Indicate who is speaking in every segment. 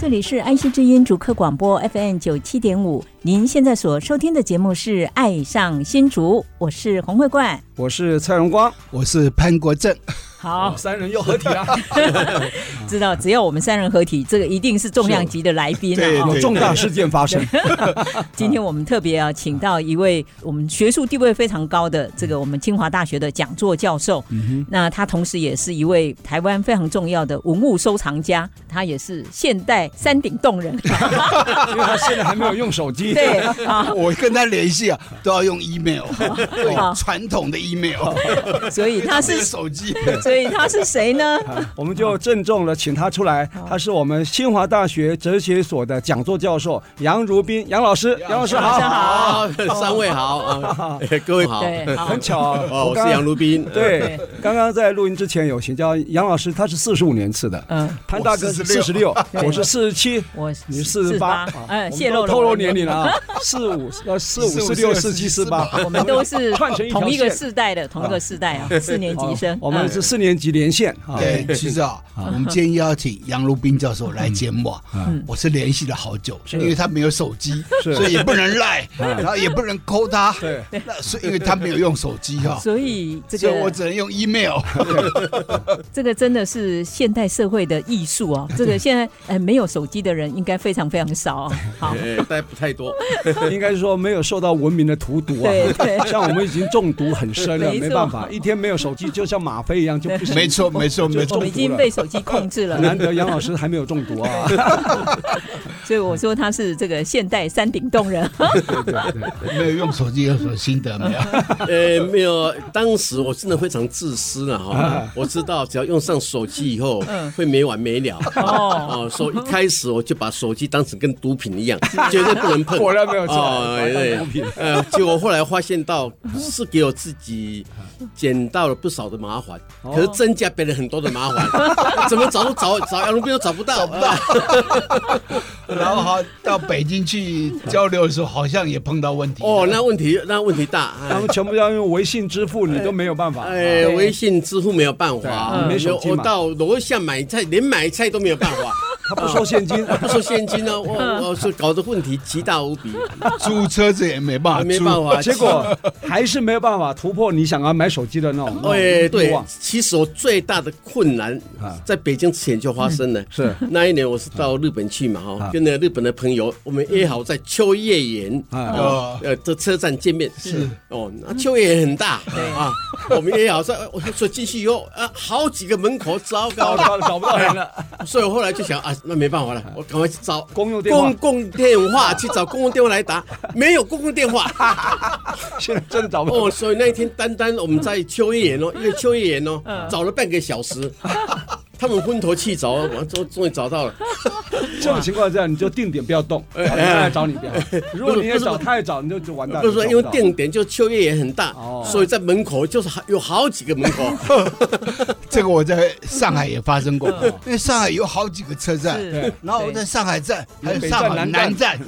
Speaker 1: 这里是安溪之音主客广播 FM 九七点五，您现在所收听的节目是《爱上新竹》，我是洪慧冠。
Speaker 2: 我是蔡荣光，
Speaker 3: 我是潘国正，
Speaker 1: 好，
Speaker 2: 哦三人又合体啊了，
Speaker 1: 知道只要我们三人合体，这个一定是重量级的来宾
Speaker 3: 是
Speaker 1: 了、
Speaker 3: 对
Speaker 1: 哦。
Speaker 2: 有重大事件发 生。
Speaker 1: 今天我们特别啊，请到一位我们学术地位非常高的这个我们清华大学的讲座教授，
Speaker 4: 嗯
Speaker 1: 那他同时也是一位台湾非常重要的文物收藏家，他也是现代山顶洞 人。
Speaker 2: 因为他现在还没有用手机。
Speaker 1: 对啊，
Speaker 3: 我跟他联系啊，都要用 email，
Speaker 1: 好
Speaker 3: 对传统的 email，
Speaker 1: 所以他
Speaker 3: 没有
Speaker 1: 是，
Speaker 3: 手机。
Speaker 1: 所以他是谁呢？
Speaker 2: 啊我们就郑重的请他出来，他是我们清华大学哲学所的讲座教授杨如斌，杨老师，杨老师
Speaker 1: 老师好
Speaker 2: 好。
Speaker 4: 好，三位好啊，哎各位好，
Speaker 1: 对，好
Speaker 2: 很巧啊，
Speaker 4: 哦，我
Speaker 2: 刚
Speaker 4: 是杨如斌，
Speaker 2: 对，刚刚在录音之前有请教杨老师，他是四十五年次的，
Speaker 1: 嗯。
Speaker 2: 潘大哥是四十六，我是四十七。
Speaker 1: 我
Speaker 2: 你是四十八，哦
Speaker 1: 哎，
Speaker 2: 我们都
Speaker 1: 泄露了
Speaker 2: 透
Speaker 1: 我
Speaker 2: 露
Speaker 1: 的
Speaker 2: 年龄了 啊，四五呃四五四六四七四 八，
Speaker 1: 我们都是
Speaker 2: 串成一条
Speaker 1: 同一个
Speaker 2: 线
Speaker 1: 世代的，同一个世代啊，四年级生
Speaker 2: 哦。我们
Speaker 1: 嗯
Speaker 2: 是四年级连线啊，
Speaker 3: 对，其实啊，我们今天邀请杨如斌教授来节目啊，我是联系了好久，因为他没有手机，
Speaker 2: 是
Speaker 3: 所以也不能赖，然后也不能扣他，
Speaker 2: 对，
Speaker 3: 那所以因为他没有用手机啊，
Speaker 1: 所以这
Speaker 3: 所以我
Speaker 1: 个
Speaker 3: 只能用 email。
Speaker 1: 这个真的是现代社会的艺术啊！这个现在呃没有手机的人应该非常非常少啊。好，
Speaker 4: 哎，但不太多，
Speaker 2: 应该是说没有受到文明的荼毒啊
Speaker 1: 对对。
Speaker 2: 像我们已经中毒很深了，
Speaker 1: 没错
Speaker 2: 没办法，一天没有手机就像吗啡一样，就不行。
Speaker 3: 没错，没错，没
Speaker 1: 我
Speaker 3: 错
Speaker 1: 们已。经被手机控制了，
Speaker 2: 难得杨老师还没有中毒 啊！
Speaker 1: 所以我说他是这个现代山顶洞人。啊
Speaker 3: 没有用手机有什么心得没有？
Speaker 4: 呃，没有，当时我真的非常自私了哈，
Speaker 2: 啊
Speaker 4: 我知道只要用上手机以后
Speaker 2: 嗯
Speaker 4: 会没完没了，
Speaker 1: 哦
Speaker 4: 哦，所以一开始我就把手机当成跟毒品一样， 绝对不能碰，
Speaker 2: 果然没有错
Speaker 4: 哦
Speaker 2: 把它当
Speaker 4: 对
Speaker 2: 毒品
Speaker 4: 呃，结果后来发现到是给我自己减到了不少的麻烦，
Speaker 2: 哦
Speaker 4: 可是增加别人很多的麻 烦，怎么找都找找杨龙斌都找不到，
Speaker 3: 然后哈到北京去交流的时候，好像也碰到问题。
Speaker 4: 哦，那问题那问题大，哎
Speaker 2: 他们全部要用微信支付，你都没有办法。
Speaker 4: 哎，微信支付没有办
Speaker 2: 对
Speaker 4: 法，
Speaker 2: 没手机嘛
Speaker 4: 我到楼下买菜，连买菜都没有办 法，
Speaker 2: 他不收现 金，
Speaker 4: 不收现金 呢，我我是搞得问题极大无比，
Speaker 3: 租车子也没办法
Speaker 4: 啊
Speaker 3: 租，
Speaker 4: 没办法。
Speaker 2: 啊结果还是没有办法突破你想要买手机的那种。
Speaker 4: 哎，对
Speaker 2: 欲望，
Speaker 4: 其实我最大的困难
Speaker 2: 哦啊嗯
Speaker 4: 在北京之前就发生了。
Speaker 2: 是
Speaker 4: 那一年我是到日本去嘛，
Speaker 2: 啊
Speaker 4: 哈，跟那个日本的朋友，我们约好在秋叶原
Speaker 2: 啊
Speaker 4: 哦呃这车站见面。是哦，那秋叶原很大啊，我们约好在我说进去以后啊，好几个门口，糟糕
Speaker 2: 找
Speaker 4: 了
Speaker 2: 找。找不到人 了。
Speaker 4: 所以我后来就想啊，那没办法了，我赶快去找
Speaker 2: 嗯公用电话
Speaker 4: 公共电话去找公共电话来打，没有公共电话
Speaker 2: 现在真的找不到
Speaker 4: 哦。所以那一天，单单我们在秋叶原哦，因为秋叶原哦，找了半个小时，他们昏头气着，我终终于找到了。
Speaker 2: 这种情况下，你就定点不要动，
Speaker 4: 哎
Speaker 2: 他来找你不要。如果你也找太早，你就就完蛋了。
Speaker 4: 不是说
Speaker 2: 找
Speaker 4: 因为
Speaker 2: 到
Speaker 4: 定点就秋叶原很大
Speaker 2: 哦，
Speaker 4: 所以在门口就是好有好几个门口，
Speaker 3: 这个我在上海也发生过，因为上海有好几个车站，
Speaker 1: 是
Speaker 3: 然后我在上海站还有
Speaker 2: 北
Speaker 3: 上海
Speaker 2: 站
Speaker 3: 南
Speaker 2: 南
Speaker 3: 站，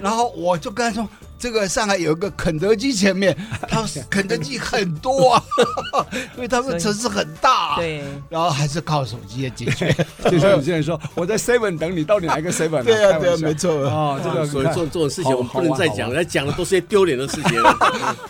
Speaker 3: 然后我就跟他说。这个上海有一个肯德基前面，他说肯德基很多啊，因为他们城市很大、啊
Speaker 1: 对，
Speaker 3: 然后还是靠手机来解决。
Speaker 2: 就像有些人说，我在 Seven 等你，到底哪一个 Seven？
Speaker 3: 对
Speaker 2: 开
Speaker 3: 啊，对啊
Speaker 2: 玩，笑
Speaker 3: 没错。
Speaker 2: 哦， 这个
Speaker 4: 啊所以这种这种事情
Speaker 2: 好
Speaker 4: 我们不能再讲，
Speaker 2: 好玩
Speaker 4: 了，讲的都是些丢脸的事情。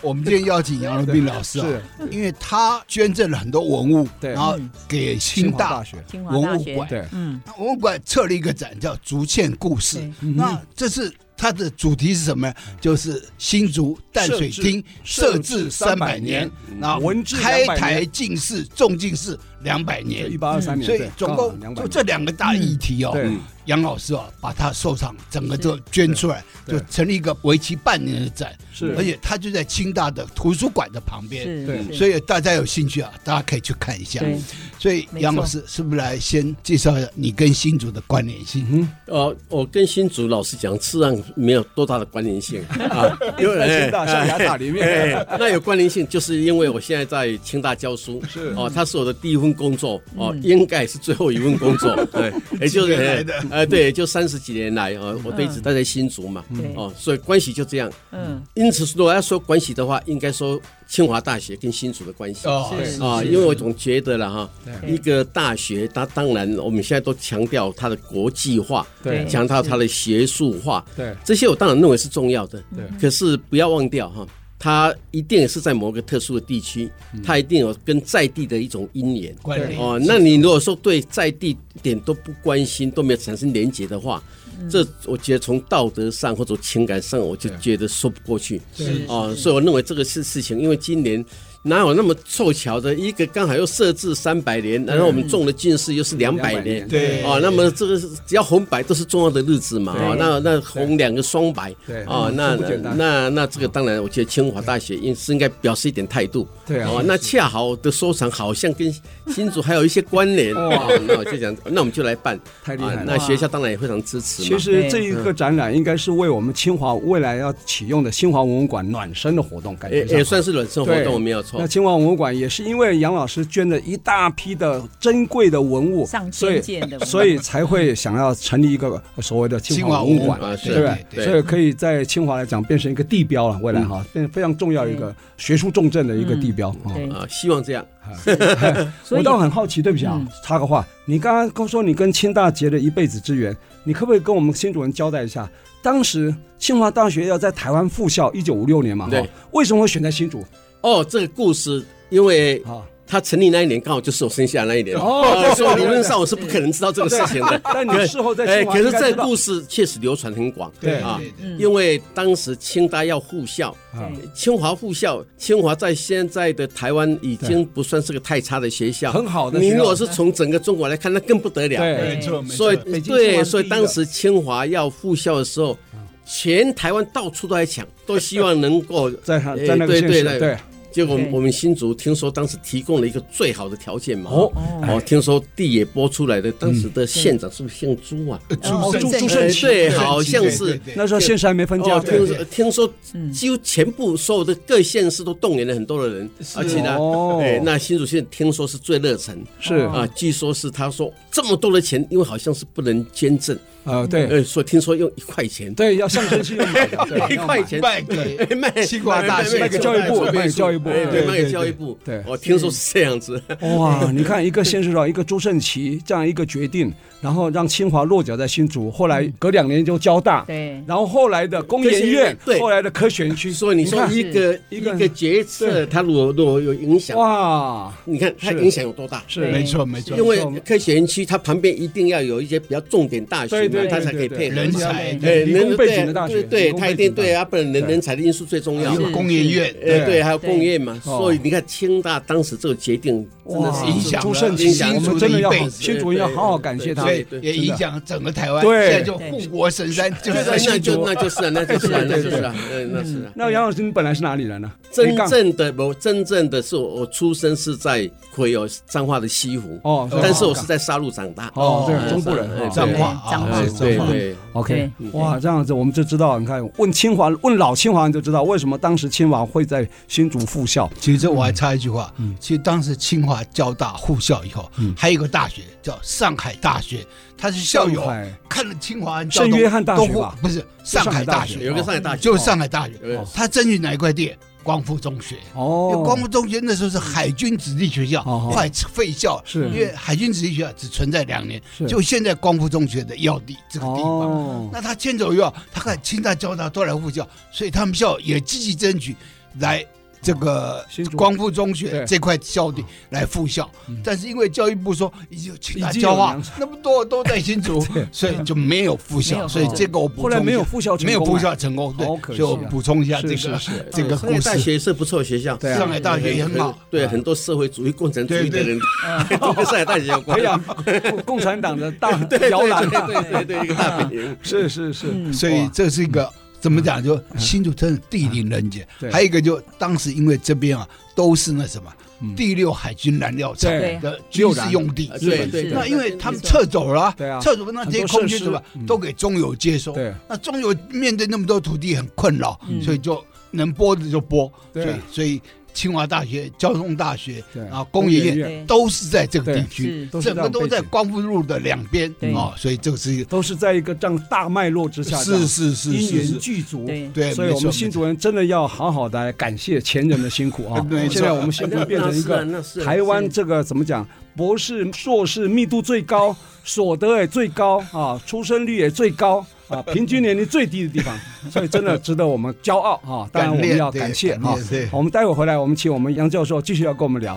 Speaker 3: 我们今天邀请杨荣斌老师啊，因为他捐赠了很多文物，
Speaker 2: 对
Speaker 3: 然后给
Speaker 2: 清
Speaker 3: 清
Speaker 2: 华
Speaker 3: 大
Speaker 2: 大学，
Speaker 1: 清华
Speaker 3: 文
Speaker 1: 大
Speaker 3: 物
Speaker 1: 学
Speaker 3: 馆，
Speaker 2: 对，
Speaker 1: 嗯，
Speaker 2: 嗯
Speaker 3: 文物馆设了一个展叫“竹堑故事”，那这是它的主题是什么？就是新竹淡水厅
Speaker 2: 设
Speaker 3: 设
Speaker 2: 置嗯
Speaker 3: 置三百年，那
Speaker 2: 文治
Speaker 3: 开
Speaker 2: 200年
Speaker 3: 台进士、中进士两百年
Speaker 2: 一，八二三年，
Speaker 3: 所以
Speaker 2: 对
Speaker 3: 总
Speaker 2: 啊
Speaker 3: 共
Speaker 2: 200
Speaker 3: 就这两个大议题哦。
Speaker 2: 对
Speaker 3: 杨老师啊，把他收藏整个都捐出来，
Speaker 2: 对
Speaker 3: 就成立一个为期半年的展，
Speaker 2: 是
Speaker 3: 而且他就在清大的图书馆的旁边，
Speaker 1: 是，
Speaker 2: 对
Speaker 1: 是
Speaker 3: 所以大家有兴趣啊，大家可以去看一下。
Speaker 1: 对
Speaker 3: 所以
Speaker 1: 没错
Speaker 3: 杨老师是不是来先介绍一下你跟新竹的关联性？嗯
Speaker 4: 呃，我跟新竹老师讲，事实上没有多大的关联性啊，因为
Speaker 2: 在清大象牙塔里面
Speaker 4: 哎 那有关联性，就是因为我现在在清大教书，
Speaker 2: 是
Speaker 4: 哦，它是我的第一份工作，哦，
Speaker 1: 嗯
Speaker 4: 应该也是最后一份工作，对，也就是
Speaker 3: 几年来的
Speaker 4: 哎哎，对，就三十几年来啊，哦我都一直待在新竹嘛
Speaker 1: 嗯，
Speaker 4: 哦，所以关系就这样。
Speaker 1: 嗯，
Speaker 4: 因此，如果要说关系的话，应该说清华大学跟新竹的关系。
Speaker 3: 哦
Speaker 1: 是
Speaker 4: 啊，因为我总觉得了哈，
Speaker 1: 对
Speaker 4: 一个大学，它当然我们现在都强调它的国际化，
Speaker 2: 对
Speaker 1: 对
Speaker 4: 强调它的学术化，
Speaker 2: 对
Speaker 4: 这些我当然认为是重要的。
Speaker 2: 对
Speaker 4: 可是不要忘掉哈，它一定是在某个特殊的地区，它一定有跟在地的一种因缘。
Speaker 3: 关联
Speaker 4: 哦，那你如果说对在地一点都不关心，都没有产生连结的话，这我觉得从道德上或者情感上，我就觉得说不过去。
Speaker 1: 是
Speaker 4: 哦，所以我认为这个是事情，因为今年哪有那么凑巧的一个刚好又设置三百年，
Speaker 2: 嗯
Speaker 4: 然后我们中了进士又是两百年，
Speaker 3: 对
Speaker 4: 哦，那么这个是只要红白都是重要的日子嘛，
Speaker 2: 对
Speaker 4: 哦，那那红两个双白，
Speaker 2: 对
Speaker 4: 哦，
Speaker 2: 嗯
Speaker 4: 那
Speaker 2: 这不简单
Speaker 4: 那那这个当然，我觉得清华大学应是应该表示一点态度，
Speaker 2: 对啊
Speaker 4: 哦，那恰好我的收藏好像跟新竹还有一些关联，
Speaker 2: 哇
Speaker 4: 哦，那我就讲，那我们就来办，
Speaker 2: 太厉害了
Speaker 4: 啊那学校当然也非常支持嘛，
Speaker 2: 其实这一个展览应该是为我们清华未来要启用的新华文物馆暖身的活动，感
Speaker 4: 也
Speaker 2: 觉上
Speaker 4: 也算是暖身活
Speaker 2: 对
Speaker 4: 动，没有错
Speaker 2: 那。清华文物馆也是因为杨老师捐了一大批的珍贵的文物，
Speaker 1: 上
Speaker 2: 所以
Speaker 1: 千件的文物
Speaker 2: 所以才会想要成立一个所谓的清华文物馆
Speaker 4: 清华文物，馆啊是
Speaker 2: 对不对？
Speaker 4: 对嗯
Speaker 2: 所以可以在清华来讲变成一个地标了，未来哈，变非常重要一个学术重镇的一个地标。哦
Speaker 1: 嗯对，
Speaker 4: 啊，希望这样。
Speaker 1: 所
Speaker 2: 我
Speaker 1: 以嗯
Speaker 2: 倒很好奇，对不起啊，插个话，你刚刚跟说你跟清大结了一辈子之缘，你可不可以跟我们新主人交代一下，当时清华大学要在台湾复校，一九五六年嘛，哈
Speaker 4: 对，
Speaker 2: 为什么会选在新竹
Speaker 4: 哦，这个故事，因为
Speaker 2: 啊？
Speaker 4: 他成立那一年刚好就是我生下那一年，
Speaker 2: 哦啊
Speaker 4: 呃所以理论上我是不可能知道这个事情的。
Speaker 2: 但你事后在
Speaker 4: 哎，
Speaker 2: 清华
Speaker 4: 可是
Speaker 2: 应该
Speaker 4: 这
Speaker 2: 知
Speaker 4: 个
Speaker 2: 道
Speaker 4: 故事确实流传很广，
Speaker 2: 对
Speaker 4: 啊，
Speaker 1: 嗯
Speaker 4: 因为当时清大要复校，
Speaker 2: 啊
Speaker 4: 清华复校，清华在现在的台湾已经不算是个太差的学校，
Speaker 2: 很好的学
Speaker 4: 你
Speaker 2: 校
Speaker 4: 如果是从整个中国来看，那更不得了。
Speaker 2: 对
Speaker 3: 没错，没错
Speaker 4: 所以。
Speaker 2: 北京清华第一
Speaker 4: 对，
Speaker 2: 个
Speaker 4: 所以当时清华要复校的时候，全台湾到处都在抢，都希望能够
Speaker 2: 在他在那个
Speaker 4: 哎
Speaker 2: 县
Speaker 4: 对
Speaker 2: 市，
Speaker 4: 对
Speaker 2: 对，
Speaker 4: 结果我们
Speaker 1: 对
Speaker 4: 我们新竹听说当时提供了一个最好的条件嘛，
Speaker 2: 哦
Speaker 4: 哦，哦，听说地也拨出来的，当时的县长是不是姓朱啊？
Speaker 2: 呃
Speaker 1: 哦
Speaker 2: 朱朱
Speaker 4: 哎
Speaker 2: 胜奇，
Speaker 4: 对，好像是。
Speaker 2: 那时候县市还没分家，
Speaker 4: 哦，
Speaker 2: 对
Speaker 4: 听说听说几乎全部所有的各县市都动员了很多的人，而且呢
Speaker 2: 哦，
Speaker 4: 哎，那新竹县听说是最热忱，
Speaker 2: 是
Speaker 4: 啊，据说是他说这么多的钱，因为好像是不能捐赠，
Speaker 2: 呃对
Speaker 4: 呃，所以听说用一块钱，
Speaker 2: 对，要上升去 买的，对
Speaker 4: 一块钱
Speaker 3: 卖给
Speaker 4: 哎卖
Speaker 3: 清华大学
Speaker 2: 卖给教育部卖给教育部
Speaker 4: 哎
Speaker 2: 对
Speaker 4: 对，卖
Speaker 3: 对
Speaker 4: 给教育部。
Speaker 2: 对
Speaker 4: 我听说是这样子。
Speaker 2: 哇！你看一个县市长，一个朱胜奇这样一个决定，然后让清华落脚在新竹，后来隔两年就交大，
Speaker 1: 对
Speaker 2: 然后后来的工研
Speaker 4: 科学
Speaker 2: 院
Speaker 4: 院，对
Speaker 2: 后来的科学园区，
Speaker 4: 所以你说
Speaker 2: 看
Speaker 4: 一个
Speaker 2: 一
Speaker 4: 一
Speaker 2: 个
Speaker 4: 个决策，它如果如果有影响，
Speaker 2: 哇，
Speaker 4: 你看它
Speaker 2: 是
Speaker 4: 影响有多大？
Speaker 2: 是
Speaker 3: 没错没错
Speaker 4: 因，为科学园区它旁边一定要有一些比较重点大学
Speaker 2: 对对
Speaker 4: 嘛
Speaker 2: 对，
Speaker 4: 它才可以配合
Speaker 3: 人
Speaker 4: 嘛。
Speaker 3: 才
Speaker 4: 对，
Speaker 2: 理工背景的大学，
Speaker 4: 对，
Speaker 2: 理工
Speaker 4: 它
Speaker 2: 背
Speaker 4: 一定
Speaker 2: 景的
Speaker 4: 对啊，不然人
Speaker 2: 对
Speaker 4: 人才的因素最重要
Speaker 3: 有
Speaker 4: 嘛。
Speaker 3: 工业院，
Speaker 4: 呃，对，还有工
Speaker 1: 对
Speaker 4: 业嘛，所以你看清大当时这个决定真的
Speaker 2: 哇
Speaker 4: 是
Speaker 3: 影响
Speaker 2: 朱
Speaker 3: 了
Speaker 2: 胜奇
Speaker 4: 影，响
Speaker 2: 我们
Speaker 3: 新竹
Speaker 2: 真的
Speaker 3: 的一
Speaker 2: 要
Speaker 3: 辈
Speaker 2: 好
Speaker 3: 子
Speaker 2: 新竹人要
Speaker 4: 对
Speaker 2: 好好感谢他
Speaker 3: 所以
Speaker 4: 对。
Speaker 3: 也影响整个台湾。
Speaker 2: 对
Speaker 3: 现在就护国神山就是
Speaker 4: 对
Speaker 3: 在
Speaker 4: 对，那
Speaker 3: 新
Speaker 4: 就
Speaker 3: 竹
Speaker 4: 那就 是啊，那就是啊，
Speaker 2: 对
Speaker 4: 那
Speaker 2: 对嗯
Speaker 4: 就是啊，对，那是啊。
Speaker 2: 那杨老师，你本来是哪里人呢？
Speaker 4: 真
Speaker 2: 北港
Speaker 4: 正的我真正的是我我出生是在葵有彰化的西湖
Speaker 2: 哦
Speaker 4: 但是我是在沙鹿长大
Speaker 2: 哦，
Speaker 3: 对
Speaker 2: 对，中部人，
Speaker 4: 哎
Speaker 2: 哦
Speaker 3: 彰化
Speaker 1: 对彰
Speaker 3: 啊
Speaker 1: 化
Speaker 4: 哎，对
Speaker 3: 彰化
Speaker 4: 对，
Speaker 2: OK，
Speaker 4: 对
Speaker 2: 哇，这样子我们就知道，你看，问清华，问老清华人就知道为什么当时清华会在新竹复校。
Speaker 3: 其实我还插一句话，其实当时清华、交大护校以后，还有一个大学叫上海大学，它是校友
Speaker 2: 上海
Speaker 3: 看了清华、交通
Speaker 2: 圣约翰大学
Speaker 3: 都护
Speaker 2: 吧
Speaker 3: 不是上
Speaker 2: 上
Speaker 3: 海大
Speaker 2: 海大学
Speaker 4: 有一个上海大学，
Speaker 3: 就是上海大学
Speaker 4: 有一个，
Speaker 3: 他争取哪一块地？光复中学。因为
Speaker 2: 哦，
Speaker 3: 光复中学那时候是海军子弟学校，
Speaker 2: 哦哦
Speaker 3: 后来废校，
Speaker 2: 是
Speaker 3: 因为海军子弟学校只存在两年
Speaker 2: 是，
Speaker 3: 就现在光复中学的要地这个地方。啊
Speaker 2: 哦，
Speaker 3: 那他迁走以后，他看清大、交大都来护校，所以他们校也积极争取来这个
Speaker 2: 新竹
Speaker 3: 光复中学
Speaker 2: 对嗯
Speaker 3: 这块校地来复校，但是因为教育部说已经有清大
Speaker 2: 已经有
Speaker 3: 教化
Speaker 2: 良，
Speaker 3: 那么多都在 新竹，所以就没有复
Speaker 1: 没有
Speaker 3: 校，
Speaker 1: 复
Speaker 3: 所以
Speaker 1: 校
Speaker 3: 这个我补
Speaker 2: 后来
Speaker 3: 充一
Speaker 2: 没有
Speaker 3: 下
Speaker 2: 复校成
Speaker 3: 没有
Speaker 2: 功
Speaker 3: 复
Speaker 2: 啊
Speaker 3: 校成功，对
Speaker 2: 好，可
Speaker 3: 所
Speaker 2: 惜
Speaker 3: 以我
Speaker 2: 啊
Speaker 3: 补充一下这
Speaker 2: 是
Speaker 3: 个
Speaker 2: 是是
Speaker 3: 这个
Speaker 4: 上
Speaker 3: 故
Speaker 4: 海大
Speaker 3: 事。
Speaker 4: 学是不错的学校，
Speaker 2: 对啊
Speaker 3: 上海大学也很好，
Speaker 4: 对，很多社会主义、共产主义的人 都跟上海大学有关
Speaker 2: 啊培。养共 共产党的大
Speaker 4: 哎 对
Speaker 2: 摇篮啊，嗯
Speaker 4: 对对对对，一个大本营。
Speaker 2: 是是是，
Speaker 3: 所以这是一个
Speaker 2: 嗯
Speaker 3: 怎么讲？就新竹真的地灵人杰
Speaker 2: 对。
Speaker 3: 还有一个就当时因为这边啊都是那什么第六海军燃料厂
Speaker 2: 嗯对啊
Speaker 3: 的军事用地，
Speaker 4: 对
Speaker 3: 日本
Speaker 4: 对对，
Speaker 3: 那
Speaker 4: 对
Speaker 3: 因为他们撤走了啊，
Speaker 2: 对啊
Speaker 3: 撤走那这些空军
Speaker 2: 很
Speaker 3: 什么
Speaker 2: 多设施嗯
Speaker 3: 都给中油接收，
Speaker 2: 对，
Speaker 3: 那中油面对那么多土地很困扰，
Speaker 1: 嗯
Speaker 3: 所以就能拨的就拨，
Speaker 2: 对
Speaker 3: 所以所以清华大学、交通大学
Speaker 2: 对
Speaker 3: 啊、工业
Speaker 2: 工
Speaker 3: 院
Speaker 2: 业
Speaker 1: 对
Speaker 3: 都是在这个地区，
Speaker 1: 是
Speaker 2: 都是这
Speaker 3: 整个
Speaker 2: 样
Speaker 3: 都
Speaker 2: 背
Speaker 3: 在
Speaker 2: 景
Speaker 3: 光复路的两边
Speaker 1: 对
Speaker 3: 啊，所以这个是一个
Speaker 2: 都是在一个这样大脉络之下，
Speaker 3: 是是是
Speaker 2: 因
Speaker 3: 是
Speaker 2: 缘
Speaker 3: 是，
Speaker 2: 具足，
Speaker 1: 对
Speaker 3: 对，
Speaker 2: 所以
Speaker 3: 没
Speaker 2: 我
Speaker 3: 错！
Speaker 2: 们新主人真的要好好的感谢前人的辛苦啊
Speaker 3: 没错
Speaker 2: 现在我们新竹变成一
Speaker 4: 那是啊那
Speaker 2: 个
Speaker 4: 是啊
Speaker 2: 台湾
Speaker 4: 是
Speaker 2: 这个怎么讲，博士、硕士密度最高， 所得也最高啊，出生率也最高 啊，平均年龄最低的地方，所以真的值得我们骄傲啊！当然我们要感谢
Speaker 3: 感
Speaker 2: 啊
Speaker 3: 念！对
Speaker 2: 我们待会回来，我们请我们杨教授继续要跟我们聊。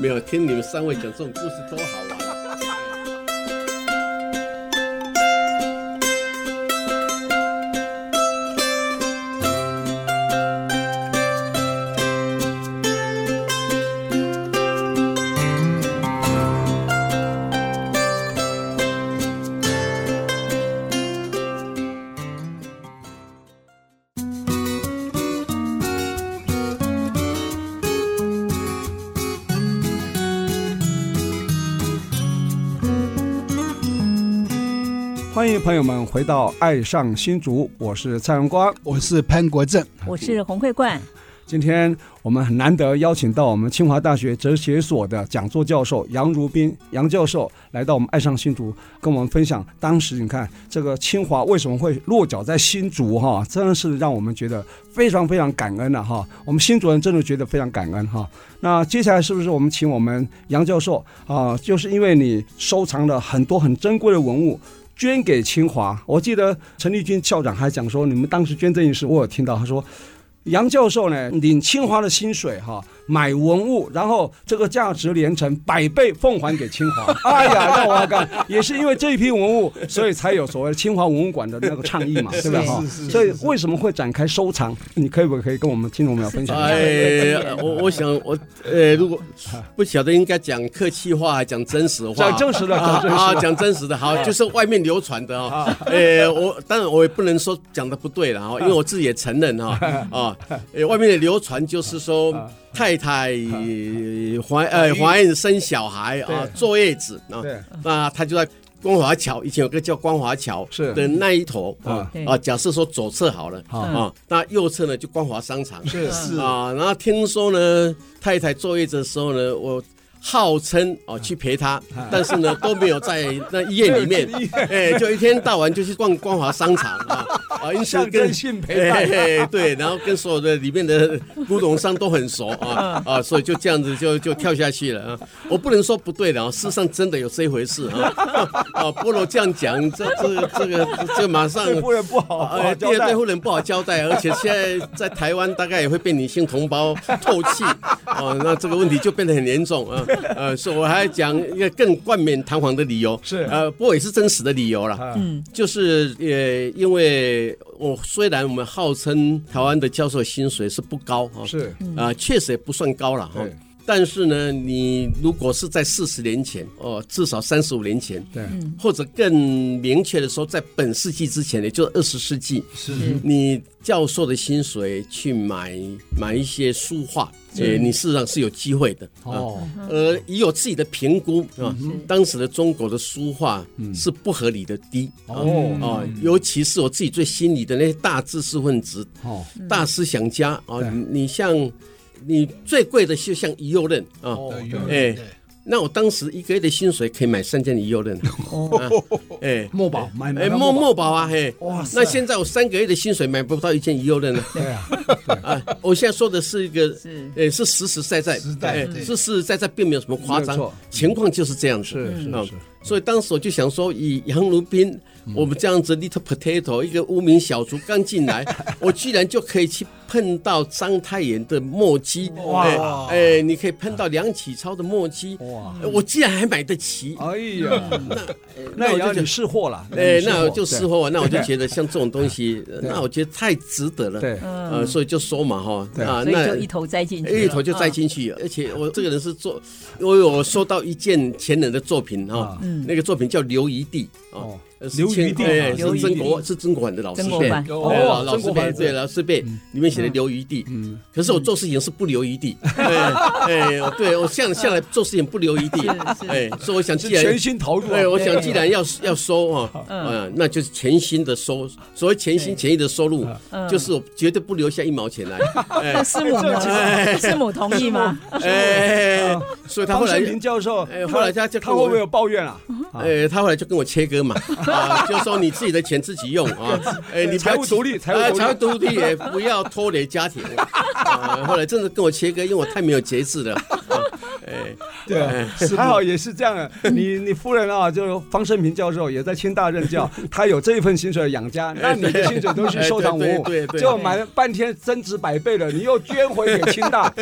Speaker 4: 没有听你们三位讲这种故事多好啊玩。
Speaker 2: 欢迎朋友们回到《爱上新竹》，我是蔡荣光。
Speaker 3: 我是潘国正，
Speaker 1: 我是洪慧冠，
Speaker 2: 今天我们很难得邀请到我们清华大学哲学所的讲座教授杨如斌杨教授来到我们爱上新竹，跟我们分享当时你看这个清华为什么会落脚在新竹哈，真的是让我们觉得非常非常感恩的、哈。我们新竹人真的觉得非常感恩哈。那接下来是不是我们请我们杨教授啊、就是因为你收藏了很多很珍贵的文物。捐给清华，我记得陈立军校长还讲说，你们当时捐赠一事，我有听到他说，杨教授呢，领清华的薪水哈、买文物，然后这个价值连城，百倍奉还给清华。 哎呀，让我干，也是因为这一批文物，所以才有所谓清华文物馆的那个倡议嘛，对吧？哈
Speaker 3: 是是是
Speaker 2: 所以为什么会展开收藏？你可以不可以跟我们听众朋友分享一下？
Speaker 4: 哎，我我想我呃，如果不晓得应该讲客气话还讲真实话，
Speaker 2: 讲真实的讲真实的哎啊
Speaker 4: 啊，讲真实的，好，就是外面流传的哦。呃，我当然我也不能说讲的不对了哈，因为我自己也承认哈 啊，呃，外面的流传就是说
Speaker 2: 啊
Speaker 4: 太太怀呃怀孕生小孩啊，坐月子啊
Speaker 2: 对，
Speaker 4: 那她就在。光华桥以前有个叫光华桥
Speaker 2: 是嗯
Speaker 4: 的那一头啊
Speaker 1: 对
Speaker 4: 啊，假设说左侧好了
Speaker 2: 好
Speaker 4: 啊，那右侧呢就光华商场
Speaker 2: 是是
Speaker 4: 啊，然后听说呢，太太坐月子的时候呢，我号称哦
Speaker 2: 啊
Speaker 4: 去陪她，但是呢都没有在那医院里 面
Speaker 2: 没有去医，
Speaker 4: 哎，就一天到晚就去逛光华商场啊 啊，因此
Speaker 2: 象征
Speaker 4: 跟
Speaker 2: 性陪伴
Speaker 4: 哎哎对，然后跟所有的里面的古董商都很熟啊啊，所以就这样子就就跳下去了啊。我不能说不对的啊，事实上真的有这一回事啊 啊，菠萝这样讲，这这这个这马上
Speaker 2: 对夫人不好，不好
Speaker 4: 呃，第
Speaker 2: 哦交
Speaker 4: 二
Speaker 2: 代
Speaker 4: 对。夫人不好交 代，而且现在在台湾大概也会被女性同胞唾 弃，哦，那这个问题就变得很严重啊。呃，所以我还讲一个更冠冕堂皇的理由，
Speaker 2: 是啊
Speaker 4: 呃，不过也是真实的理由啦，
Speaker 1: 嗯，
Speaker 4: 就是呃，因为我虽然我们号称台湾的教授薪水是不高啊，
Speaker 2: 是
Speaker 4: 啊，确实也不算高了哈
Speaker 2: 嗯对。
Speaker 4: 但是呢，你如果是在四十年前，哦，至少三十五年前，
Speaker 2: 对
Speaker 4: 或者更明确的说，在本世纪之前，也就是二十世纪，是你教授的薪水去买买一些书画，呃，你事实上是有机会的啊。
Speaker 2: 哦，嗯
Speaker 4: 呃，也有自己的评估啊。当时的中国的书画是不合理的低啊
Speaker 2: 哦
Speaker 4: 啊，尤其是我自己最心里的那些大知识分子
Speaker 2: 哦，
Speaker 4: 大思想家啊
Speaker 2: 对，
Speaker 4: 你你像你最贵的就像遗右任啊，
Speaker 2: 哦
Speaker 4: 哎，那我当时一个月的薪水可以买三件 遗右任，啊哎。
Speaker 2: 墨宝哦买买
Speaker 4: 哎，
Speaker 2: 到
Speaker 4: 墨墨宝啊，嘿，
Speaker 2: 哇塞
Speaker 4: 那现在我三个月的薪水买不到一件遗右任了。
Speaker 2: 对啊，
Speaker 4: 啊，我现在说的是一个
Speaker 1: 是，
Speaker 4: 哎，是实实在在，
Speaker 3: 实在
Speaker 4: 哎
Speaker 3: 对
Speaker 4: 是实实在在，并没有什么夸
Speaker 2: 没有
Speaker 4: 张
Speaker 2: 错，
Speaker 4: 情况就是这样子。
Speaker 2: 是是嗯
Speaker 4: 嗯
Speaker 2: 是
Speaker 4: 所以当时我就想说，以杨如宾、我们这样子 little potato 一个无名小卒刚 进来，我居然就可以去碰到章太炎的墨迹，
Speaker 2: 哇
Speaker 4: 哎、哎你可以碰到梁启超的墨迹，
Speaker 2: 哇
Speaker 4: 哎我竟然还买得起，
Speaker 2: 哎呀，
Speaker 4: 那
Speaker 2: 那也
Speaker 4: 我就
Speaker 2: 要
Speaker 4: 觉
Speaker 2: 你
Speaker 4: 得
Speaker 2: 识货了，
Speaker 4: 哎，
Speaker 2: 你
Speaker 4: 那我
Speaker 2: 对
Speaker 4: 就识货，那我就觉得像这种东西，呃那我觉得太值得了，
Speaker 2: 对，
Speaker 4: 呃，所以就收嘛哈，
Speaker 2: 对
Speaker 4: 啊，
Speaker 1: 所以
Speaker 4: 那
Speaker 1: 就一头栽进去了，
Speaker 4: 一头就
Speaker 1: 啊
Speaker 4: 栽进去，嗯而且我这个人是做，我有收到一件前人的作品哈
Speaker 2: 啊，
Speaker 4: 那个作品叫《刘一地》
Speaker 2: 哦
Speaker 4: 哦，呃是
Speaker 2: 刘一
Speaker 4: 千
Speaker 2: 地啊
Speaker 4: 哎是
Speaker 1: 刘一
Speaker 4: 曾
Speaker 1: 地
Speaker 4: 国是曾国藩的老师
Speaker 1: 曾国
Speaker 4: 辈，
Speaker 1: 藩
Speaker 4: 对
Speaker 2: 哦
Speaker 4: 老老
Speaker 2: 曾
Speaker 4: 师
Speaker 2: 国嗯
Speaker 4: 辈
Speaker 2: 藩
Speaker 4: 对老师辈里面写的刘一地，
Speaker 2: 嗯
Speaker 4: 可是我做事情是不留 一地，哎哎，我对我向向来做事情不留一地，哎，所以我想
Speaker 2: 是
Speaker 4: 既然
Speaker 2: 全心投入啊，
Speaker 4: 哎对，我想既然要要收啊，嗯，那就是全心的收。所谓全心全意的收入，
Speaker 2: 嗯
Speaker 4: 就是我绝对不留下一毛钱来。哎
Speaker 1: 师母 呢
Speaker 4: 哎
Speaker 1: 师母同意吗？
Speaker 4: 哎，所以他后
Speaker 2: 方
Speaker 4: 来
Speaker 2: 啊生，平教授
Speaker 4: 哎，
Speaker 2: 他
Speaker 4: 后来他就
Speaker 2: 他
Speaker 4: 跟我
Speaker 2: 会不会有抱怨啊？啊
Speaker 4: 哎，他后来就跟我切割 嘛，啊，就说你自己的钱自己用啊，哎，你不
Speaker 2: 财
Speaker 4: 要
Speaker 2: 务独立财务
Speaker 4: 哎
Speaker 2: 独立
Speaker 4: 财务独 立，也不要拖累家庭。啊后来真的跟我切割，因为我太没有节制了。啊哎，
Speaker 2: 对啊，还好也是这样的。你你夫人啊，就是方生平教授也在清大任教，他有这一份薪水养家，那你的薪水都去收藏文物，
Speaker 4: 对对对对
Speaker 2: 就买了半天增值百倍了，你又捐回给清大，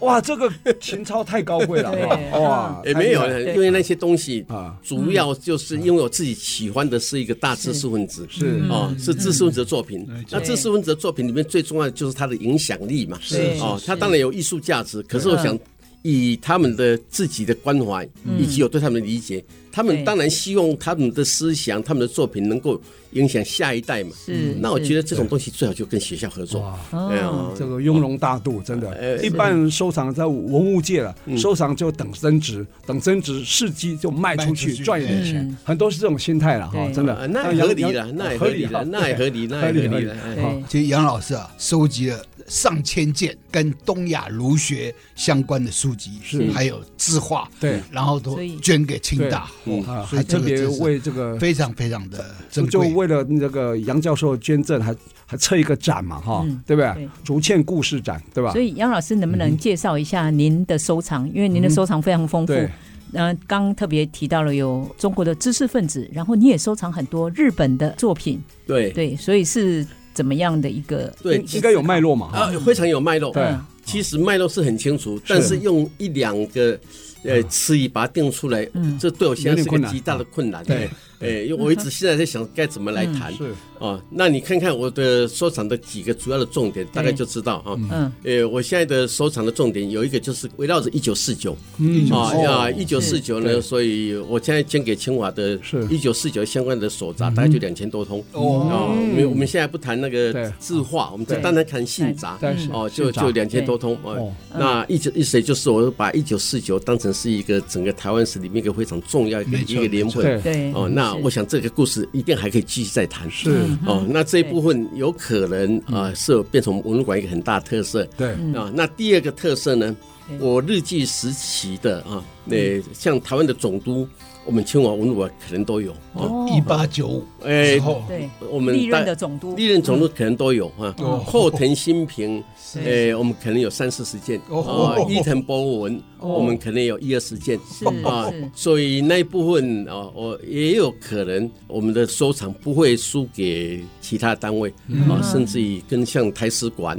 Speaker 2: 哇，这个情操太高贵了，
Speaker 1: 对
Speaker 2: 哇，
Speaker 4: 也哎没有
Speaker 2: 太厉害了
Speaker 4: 了，因为那些东西
Speaker 2: 啊
Speaker 4: 主要就是因为我自己喜欢的是一个大知识分子，
Speaker 2: 是
Speaker 4: 哦，是知识分子的作品。那知识分子的作品里面最重要的就是它的影响力嘛，是哦，它当然有艺术价值，可是我想以他们的自己的关怀以及我对他们的理解，他们当然希望他们的思想、他们的作品能够影响下一代嘛。
Speaker 1: 是
Speaker 4: 那我觉得这种东西最好就跟学校合作。哎呀
Speaker 1: 哦，
Speaker 2: 这个雍容大度，真的，
Speaker 4: 是
Speaker 2: 一般收藏在文物界了，收藏就等增值，等增值市机就卖出
Speaker 3: 卖
Speaker 2: 去
Speaker 3: 出去
Speaker 2: 赚一点钱，很多是这种心态了哈，
Speaker 1: 对
Speaker 2: 真
Speaker 4: 啊
Speaker 2: 的，
Speaker 4: 那也合理了，那也合理了，那也合理，那也合理了。哎
Speaker 1: 对，
Speaker 3: 其实杨老师啊，收集了上千件跟东亚儒学相关的书籍，
Speaker 2: 是
Speaker 3: 还有字画，
Speaker 2: 对，
Speaker 3: 然后都
Speaker 1: 所以
Speaker 3: 捐给清大，
Speaker 2: 嗯
Speaker 3: 哦
Speaker 2: 啊
Speaker 3: 所以
Speaker 2: 还
Speaker 3: 这
Speaker 2: 特
Speaker 3: 个
Speaker 2: 别
Speaker 3: 真是
Speaker 2: 为这个
Speaker 3: 非常非常的珍
Speaker 2: 就就
Speaker 3: 贵。
Speaker 2: 为了那个杨教授捐赠，还还测一个展嘛，哈，
Speaker 1: 嗯
Speaker 2: 对不对
Speaker 1: 对？
Speaker 2: 竹堑故事展，对吧
Speaker 1: 所？以杨老师能不能介绍一下您的收藏？因为您的收藏非常丰富。
Speaker 2: 对，
Speaker 1: 呃，刚特别提到了有中国的知识分子，然后你也收藏很多日本的作品，
Speaker 4: 对
Speaker 1: 对，所以是怎么样的一个？
Speaker 4: 对
Speaker 1: 一
Speaker 2: 应该有脉络嘛，
Speaker 4: 啊
Speaker 2: 哈，，
Speaker 4: 非常有脉络。
Speaker 2: 对，
Speaker 4: 其实脉络是很清楚，但是用一两个
Speaker 2: 啊
Speaker 4: 呃词语把它定出来，这对我现在是个极大的困难。
Speaker 2: 嗯有点困难嗯
Speaker 4: 哎，哎，因为我一直现在在想该怎么来谈
Speaker 2: 是
Speaker 4: 哦。那你看看我的收藏的几个主要的重点，大概就知道哈。
Speaker 1: 嗯，
Speaker 4: 呃，我现在的收藏的重点有一个就是围绕着一九四九
Speaker 2: 嗯
Speaker 4: 啊
Speaker 2: 哦
Speaker 4: 啊，一九四九呢，所以我现在捐给清华的
Speaker 2: 是嗯
Speaker 4: 一九四九相关的所札，大概就两千多通。
Speaker 3: 哦，
Speaker 4: 哦，我们我们现在不谈那
Speaker 2: 对
Speaker 4: 个字画，我们
Speaker 2: 对
Speaker 4: 单单谈信札
Speaker 2: 对是，
Speaker 4: 哦，就
Speaker 2: 信札
Speaker 4: 就两千多通哦
Speaker 2: 哦。
Speaker 4: 那一九一谁就是我把一九四九当成是一个整个台湾史里面一个非常重要一个
Speaker 3: 没错
Speaker 4: 一个年份
Speaker 2: 对
Speaker 1: 对，
Speaker 4: 哦。那我想这个故事一定还可以继续再谈。
Speaker 2: 是，嗯
Speaker 4: 哦，那这一部分有可能啊、呃是变成文物馆一个很大的特色。
Speaker 2: 对，嗯
Speaker 4: 啊，那第二个特色呢
Speaker 1: 对，
Speaker 4: 我日记时期的
Speaker 2: 嗯
Speaker 4: 啊，那像台湾的总督，我们清华文物馆可能都有哦。
Speaker 3: 一八九五
Speaker 4: 哎
Speaker 3: 之后，
Speaker 1: 对，
Speaker 4: 我们
Speaker 1: 历任
Speaker 4: 大
Speaker 1: 的总督，嗯
Speaker 4: 历任总督可能都有哈，
Speaker 2: 哦
Speaker 4: 后藤新平，
Speaker 1: 对
Speaker 4: 诶，我们可能有三四十件，
Speaker 3: 哦
Speaker 4: 哦，伊藤博文，我们可能有一二十件，
Speaker 1: 哦是
Speaker 4: 啊
Speaker 1: 是，
Speaker 4: 所以那一部分啊，我也有可能我们的收藏不会输给其他单位
Speaker 1: 嗯
Speaker 4: 啊，甚至于跟像台史馆，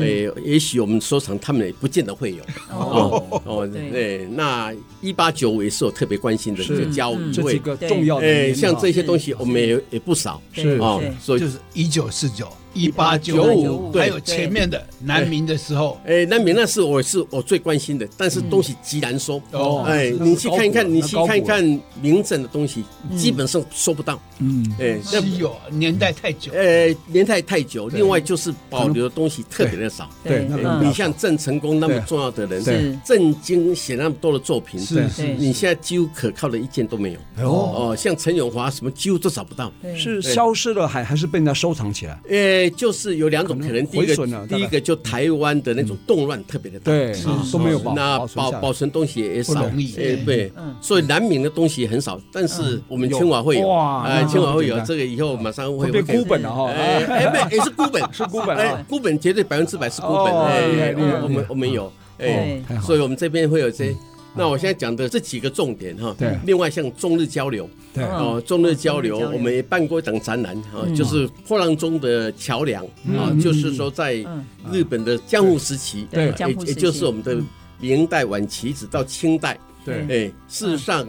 Speaker 4: 诶，也许我们收藏他们也不见得会有，哦哦，
Speaker 1: 对
Speaker 4: 对，那一八九五也是我特别关心的这
Speaker 2: 是
Speaker 4: 个交易
Speaker 2: 这几
Speaker 4: 会，
Speaker 2: 个
Speaker 1: 对
Speaker 2: 重要的
Speaker 4: 诶，
Speaker 2: 年龄
Speaker 4: 像
Speaker 2: 啊
Speaker 4: 这些东西
Speaker 1: 嗯
Speaker 4: 我们也也不少。
Speaker 2: 是
Speaker 1: 对
Speaker 4: 哦
Speaker 1: 对，
Speaker 4: 所以
Speaker 3: 就是一九四九、一八九
Speaker 4: 1895
Speaker 3: 五，
Speaker 4: 对
Speaker 3: 还有前面的南明的时候，
Speaker 4: 哎，南明那是我是我最关心的，但是东西极难收。
Speaker 3: 哦
Speaker 4: 哎，
Speaker 2: 嗯那是
Speaker 4: 你去看一
Speaker 2: 高
Speaker 4: 看，
Speaker 2: 古
Speaker 4: 你去看一看明政的东西，基本上收不到。
Speaker 2: 嗯，
Speaker 4: 哎，那
Speaker 3: 稀有年代太久，
Speaker 2: 哎
Speaker 4: 呃年代太久，另外就是保留的东西特别的少。
Speaker 2: 对，那
Speaker 1: 对
Speaker 2: 个
Speaker 1: 嗯
Speaker 2: 比
Speaker 4: 你
Speaker 2: 较
Speaker 4: 像郑成功那么
Speaker 2: 对
Speaker 4: 重要的人，
Speaker 2: 对
Speaker 1: 是
Speaker 4: 震惊写那么多的作品，
Speaker 2: 对
Speaker 3: 是是
Speaker 4: 你现在几乎可靠的一件都没有。
Speaker 2: 哦，
Speaker 4: 哦，像陈永华什么几乎都找不到。
Speaker 1: 对
Speaker 2: 是
Speaker 4: 对
Speaker 2: 消失了还还是被人家收藏起来？
Speaker 4: 呃，就是有两种可
Speaker 2: 可
Speaker 4: 能，
Speaker 2: 能
Speaker 4: 第一
Speaker 2: 毁损
Speaker 4: 个
Speaker 2: 了
Speaker 4: 第一
Speaker 2: 大概
Speaker 4: 个
Speaker 2: 嗯
Speaker 4: 就台湾的那种动乱特别的大，
Speaker 2: 对，都没有保
Speaker 4: 那
Speaker 2: 保存下
Speaker 4: 保
Speaker 2: 来
Speaker 4: 保存东西也少，
Speaker 3: 不容易
Speaker 4: 哎，对，所以南明的东西很少，但是我们清华会
Speaker 2: 嗯有
Speaker 4: 有，
Speaker 2: 哇
Speaker 4: 哎，
Speaker 2: 那
Speaker 4: 清华会
Speaker 2: 简
Speaker 4: 有
Speaker 2: 单哦
Speaker 4: 这个，以后马上
Speaker 2: 会
Speaker 4: 会
Speaker 2: 变
Speaker 4: 会给
Speaker 2: 孤本了哈。啊
Speaker 4: 哎哎，没，也是孤本，是
Speaker 2: 孤本
Speaker 4: 哎
Speaker 2: 哦，
Speaker 4: 孤本绝对百分之百是孤本，
Speaker 2: 哦厉害
Speaker 4: 哎
Speaker 2: 厉害，
Speaker 4: 我
Speaker 2: 厉
Speaker 4: 们
Speaker 2: 害
Speaker 4: 我们有，
Speaker 1: 对
Speaker 4: 哎
Speaker 2: 哦太，好嗯
Speaker 4: 所以我们这边会有这那我现在讲的这几个重点哈，
Speaker 2: 对
Speaker 4: 另外像中日交流，
Speaker 2: 对
Speaker 1: 嗯
Speaker 4: 哦，中日交流
Speaker 1: 中日交，流
Speaker 4: 我们也办过一档展览哈，就是破浪中的桥梁啊，就是说在
Speaker 1: 嗯
Speaker 4: 日本的江户时期，
Speaker 1: 对
Speaker 4: 也
Speaker 1: 江户时期
Speaker 4: 也就是我们的明代晚期一直到清代，
Speaker 2: 对，
Speaker 4: 哎，事实上。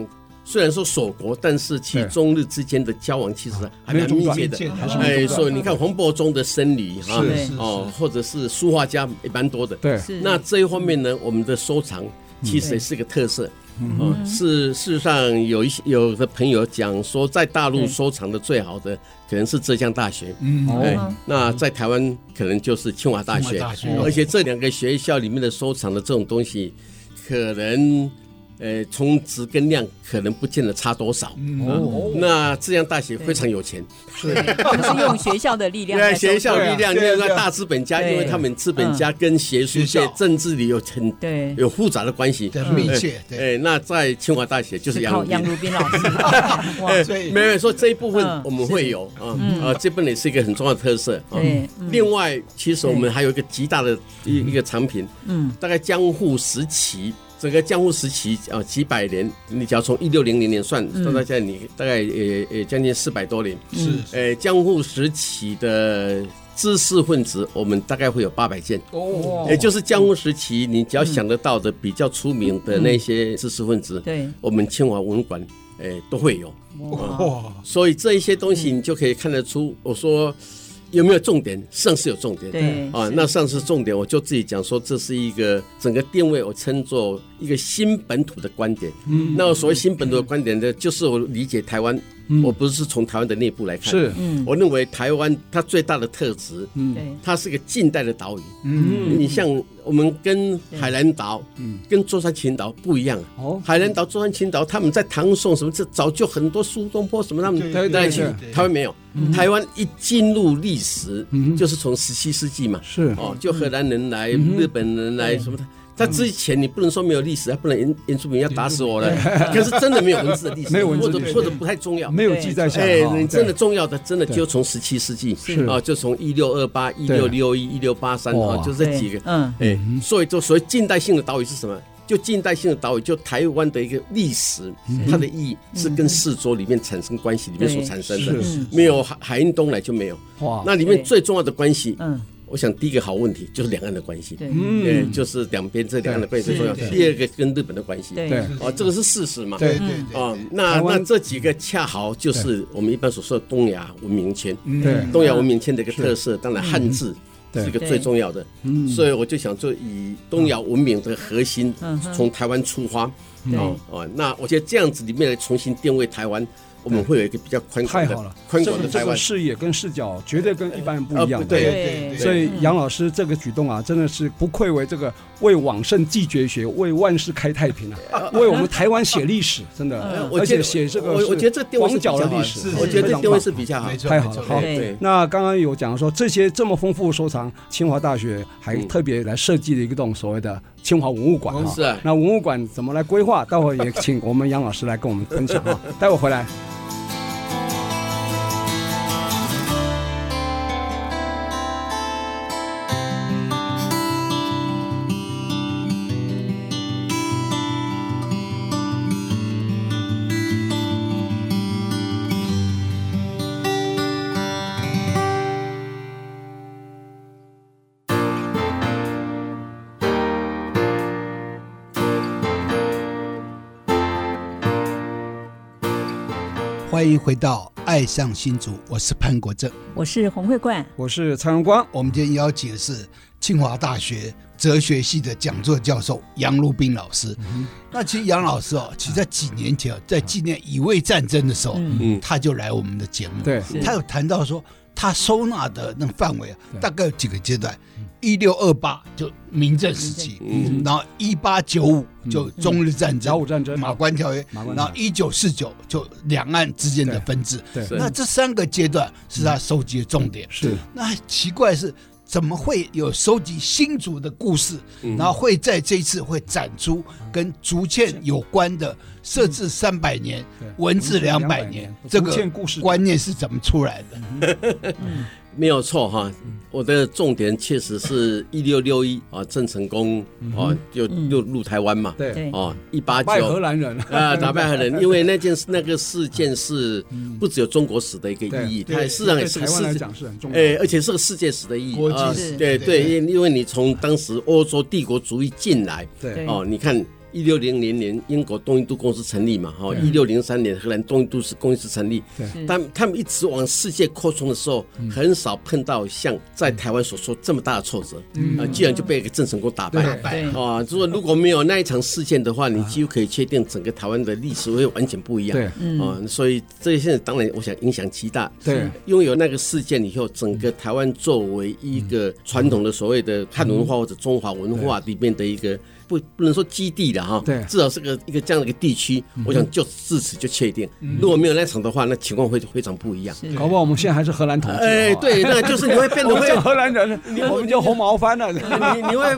Speaker 4: 虽然说锁国，但是其
Speaker 2: 对
Speaker 4: 中日之间的交往其实还蛮
Speaker 2: 啊没
Speaker 4: 密
Speaker 2: 中断
Speaker 4: 切的
Speaker 3: 密切还
Speaker 2: 是。没
Speaker 4: 哎，
Speaker 2: 中断
Speaker 4: 所以你看黄伯中的生理哈
Speaker 2: 是
Speaker 1: 对，
Speaker 4: 哦，或者是书画家也蛮多的。
Speaker 2: 对，嗯
Speaker 1: 是
Speaker 4: 那这一方面呢，我们的收藏其实也是个特色。哦，是事实上有一些有的朋友讲说，在大陆
Speaker 1: 对
Speaker 4: 收藏的最好的可能是浙江大学，
Speaker 3: 嗯，
Speaker 2: 哦
Speaker 4: 哎，那在台湾可能就是清华大啊学，
Speaker 3: 清华大学
Speaker 4: 而且这两个学校里面的收藏的这种东西，可能呃从质跟量可能不见得差多少。啊
Speaker 2: 哦，
Speaker 4: 那浙江大学非常有钱，
Speaker 1: 就是用学校的力量来
Speaker 4: 对
Speaker 1: 收集，
Speaker 4: 学校力
Speaker 2: 对啊
Speaker 4: 量，另
Speaker 2: 对啊
Speaker 4: 外大资本家，
Speaker 1: 对嗯
Speaker 4: 因为他们资本家跟学
Speaker 3: 学
Speaker 4: 术界
Speaker 3: 校、
Speaker 4: 政治里有很
Speaker 1: 对，
Speaker 4: 有复杂的关系。
Speaker 3: 对，密切，对，
Speaker 4: 哎，那在清华大学就是
Speaker 1: 是
Speaker 4: 杨
Speaker 1: 靠
Speaker 4: 儒
Speaker 1: 杨
Speaker 4: 斌。
Speaker 1: 如斌老师，哇，
Speaker 4: 哎
Speaker 3: 所以
Speaker 4: 没有说这一部分
Speaker 1: 嗯
Speaker 4: 我们会有啊，啊，这部分也是一个很重要的特色啊
Speaker 1: 对嗯。
Speaker 4: 另外，其实我们还有一个极大的一一个产品，
Speaker 1: 嗯，
Speaker 4: 大概江户时期，整个江户时期啊几百年，你只要从一六零零年算
Speaker 1: 嗯
Speaker 4: 到大概你大概也也将近四百多年，
Speaker 3: 是
Speaker 4: 呃，江户时期的知识分子，我们大概会有八百件，
Speaker 2: 嗯
Speaker 3: 哦
Speaker 4: 也就是江户时期，你只要想得到的比较出名的那些知识分子，
Speaker 1: 嗯对，
Speaker 4: 我们清华文馆，诶都会有。
Speaker 1: 哇，
Speaker 3: 哇，
Speaker 4: 所以这一些东西你就可以看得出，我说有没有重点？上是有重点，
Speaker 1: 对
Speaker 4: 啊，那上是重点，我就自己讲说，这是一个整个定位，我称作一个新本土的观点。嗯，那我所谓新本土的观点呢，就是我理解台湾，我不是从台湾的内部来看，
Speaker 2: 是，
Speaker 1: 嗯，
Speaker 4: 我认为台湾它最大的特质，
Speaker 1: 对，
Speaker 4: 它是个近代的岛屿。
Speaker 2: 嗯，
Speaker 4: 你像我们跟海南岛、跟舟山群岛不一样啊。
Speaker 2: 哦，
Speaker 4: 海南岛、舟山群岛，他们在唐宋什么，这早就很多苏东坡什么他们
Speaker 2: 对
Speaker 4: 那
Speaker 2: 对
Speaker 4: 去
Speaker 2: 对，嗯
Speaker 4: 台湾没有。台湾一进入历史，就是从十七世纪嘛，
Speaker 2: 是，
Speaker 4: 哦，就荷兰人来、
Speaker 2: 嗯
Speaker 4: 日本人来什么的。他之前你不能说没有历史，他不能严严淑明要打死我了。可是真的没有文字的历史，
Speaker 2: 没有文字
Speaker 4: 或者
Speaker 2: 历史
Speaker 4: 或者不太重要。
Speaker 2: 没有记载下来
Speaker 4: 哎，
Speaker 2: 哈
Speaker 4: 你真的
Speaker 2: 对
Speaker 4: 重要的，真的
Speaker 2: 对
Speaker 4: 就从十七世纪
Speaker 2: 是
Speaker 4: 啊，就从一六二八、一六六一、一六八三
Speaker 2: 哇
Speaker 4: 啊，就这几个
Speaker 1: 对。嗯，
Speaker 4: 哎，所以就所谓近代性的岛屿是什么？就近代性的岛屿，就台湾的一个历史，
Speaker 2: 嗯
Speaker 4: 它的意义是跟四周里面产生关系里面所产生
Speaker 2: 对是
Speaker 4: 的，没有海海运东来就没有。
Speaker 2: 哇，
Speaker 4: 那里面最重要的关系，
Speaker 1: 嗯，
Speaker 4: 我想第一个好问题就是两岸的关系，
Speaker 1: 对，
Speaker 4: 嗯，就是两边这两岸的关系最重要。
Speaker 3: 对是
Speaker 4: 第二个跟日本的关系，
Speaker 1: 对
Speaker 2: 对，
Speaker 4: 哦，这个是事实嘛？
Speaker 2: 对
Speaker 3: 对对
Speaker 1: 嗯
Speaker 3: 对，
Speaker 4: 哦，那
Speaker 2: 台湾
Speaker 4: 那这几个恰好就是我们一般所说的东亚文明圈，
Speaker 2: 对，
Speaker 4: 东亚文明圈的一个特色，当然汉字
Speaker 2: 嗯
Speaker 4: 是一个
Speaker 1: 对
Speaker 4: 最重要的，所以我就想做以东亚文明的核心
Speaker 1: 嗯哼
Speaker 4: 从台湾出发，
Speaker 2: 嗯
Speaker 1: 对
Speaker 4: 哦哦，那我觉得这样子里面来重新定位台湾，我们会有一个比较宽广
Speaker 2: 太
Speaker 4: 的
Speaker 2: 好了，
Speaker 4: 宽
Speaker 2: 这
Speaker 4: 广
Speaker 2: 个
Speaker 4: 的
Speaker 2: 这
Speaker 4: 台
Speaker 2: 个
Speaker 4: 湾，
Speaker 2: 视野跟视角绝对跟一般人不一样的。
Speaker 4: 对
Speaker 3: 对对，
Speaker 2: 所以杨老师这个举动啊，真的是不愧为这个为往圣继绝学，为万世开太平啊，为我们台湾写历史，真的，
Speaker 4: 我
Speaker 2: 而
Speaker 4: 觉
Speaker 2: 且
Speaker 4: 得
Speaker 2: 写这个
Speaker 4: 我我觉得这定位是
Speaker 2: 广
Speaker 4: 比较
Speaker 2: 角
Speaker 4: 好
Speaker 2: 的
Speaker 4: 的
Speaker 2: 历史
Speaker 3: 是，是
Speaker 4: 我觉
Speaker 2: 非
Speaker 4: 得这
Speaker 2: 常
Speaker 4: 定位
Speaker 2: 棒
Speaker 4: 是比较好
Speaker 3: 没
Speaker 4: 的，
Speaker 3: 错，
Speaker 2: 啊太好了
Speaker 3: 没
Speaker 2: 好
Speaker 3: 错
Speaker 1: 对
Speaker 4: 对。
Speaker 2: 那刚刚有讲说，这些这么丰富的收藏，清华大学还
Speaker 4: 嗯
Speaker 2: 特别来设计了一个栋所谓的清华文物馆啊。
Speaker 4: 是啊
Speaker 2: 那文物馆怎么来规划？待会儿也请我们杨老师来跟我们分享啊。待会儿回来。
Speaker 3: 欢迎回到《爱上新竹》，我是潘国正。
Speaker 1: 我是洪慧冠，
Speaker 2: 我是蔡荣光，
Speaker 3: 我们今天邀请的是清华大学哲学系的讲座教授杨如斌老师。那其实杨老师哦，其实在几年前哦在纪念乙未战争的时候，
Speaker 1: 嗯
Speaker 4: 嗯
Speaker 3: 他就来我们的节目，
Speaker 2: 对，
Speaker 1: 是
Speaker 3: 他有谈到说他收纳的那个范围啊
Speaker 2: 对，
Speaker 3: 大概有几个阶段：一六二八就民政时期，
Speaker 4: 嗯
Speaker 3: 然后一八九五就中日战
Speaker 2: 嗯甲
Speaker 3: 争、
Speaker 2: 午战争
Speaker 3: 马关条约
Speaker 2: 马关条约，
Speaker 3: 然后一九四九就两岸之间的分治。
Speaker 2: 对
Speaker 4: 是
Speaker 3: 那这三个阶段是他收集的重点。
Speaker 2: 是
Speaker 3: 那奇怪是，怎么会有收集新竹的故事，然后会在这一次会展出跟竹堑有关的设置三百年、
Speaker 2: 对
Speaker 3: 文字两百
Speaker 2: 文字
Speaker 3: 年
Speaker 2: 200年
Speaker 3: 这
Speaker 2: 竹
Speaker 3: 个
Speaker 2: 堑故事
Speaker 3: 观念是怎么出来的？
Speaker 4: 没有错哈，我的重点确实是一六六一啊，郑成功啊，就就入台湾嘛，
Speaker 2: 对
Speaker 1: 对
Speaker 4: 哦，一八
Speaker 2: 卖荷
Speaker 4: 九
Speaker 2: 兰人
Speaker 4: 啊，打败荷兰，因为那件事那个事件是不只有中国史的一个
Speaker 2: 对
Speaker 4: 意义，它
Speaker 2: 对
Speaker 4: 也事实上也
Speaker 2: 对
Speaker 4: 是个
Speaker 2: 台湾来
Speaker 4: 世界，
Speaker 2: 讲是很重要的。
Speaker 4: 哎，而且是个世界史的意义
Speaker 3: 国际
Speaker 4: 啊
Speaker 3: 史
Speaker 4: 对
Speaker 3: 对
Speaker 4: 对，因因为你从当时欧洲帝国主义进来，
Speaker 2: 对
Speaker 4: 哦，你看一六零零年英国东印度公司成立嘛，哈、哦，一六零三年荷兰东印度公司成立，
Speaker 2: 对
Speaker 4: 但他们一直往世界扩充的时候，很少碰到像在台湾所说这么大的挫折，嗯、啊，居然就被一个郑成功打败，
Speaker 2: 对
Speaker 1: 对
Speaker 4: 啊，如果如果没有那一场事件的话，你几乎可以确定整个台湾的历史会完全不一样，
Speaker 2: 对
Speaker 4: 啊，所以这些当然我想影响极大，
Speaker 2: 对
Speaker 4: 拥有那个事件以后，整个台湾作为一个传统的所谓的汉文化或者中华文化里面的一个不不能说基地了哈，
Speaker 2: 对嗯
Speaker 4: 至少是个一个这样的一个地区，我想就自此就确定，如果没有那场的话，那情况会非常不一样。
Speaker 2: 搞不好我们现在嗯还是荷兰统治。
Speaker 4: 哎，
Speaker 2: 哦，
Speaker 4: 对，那就是你会变得
Speaker 2: 我们
Speaker 4: 会
Speaker 2: 叫荷兰人，我们就红毛番了，
Speaker 4: 你你会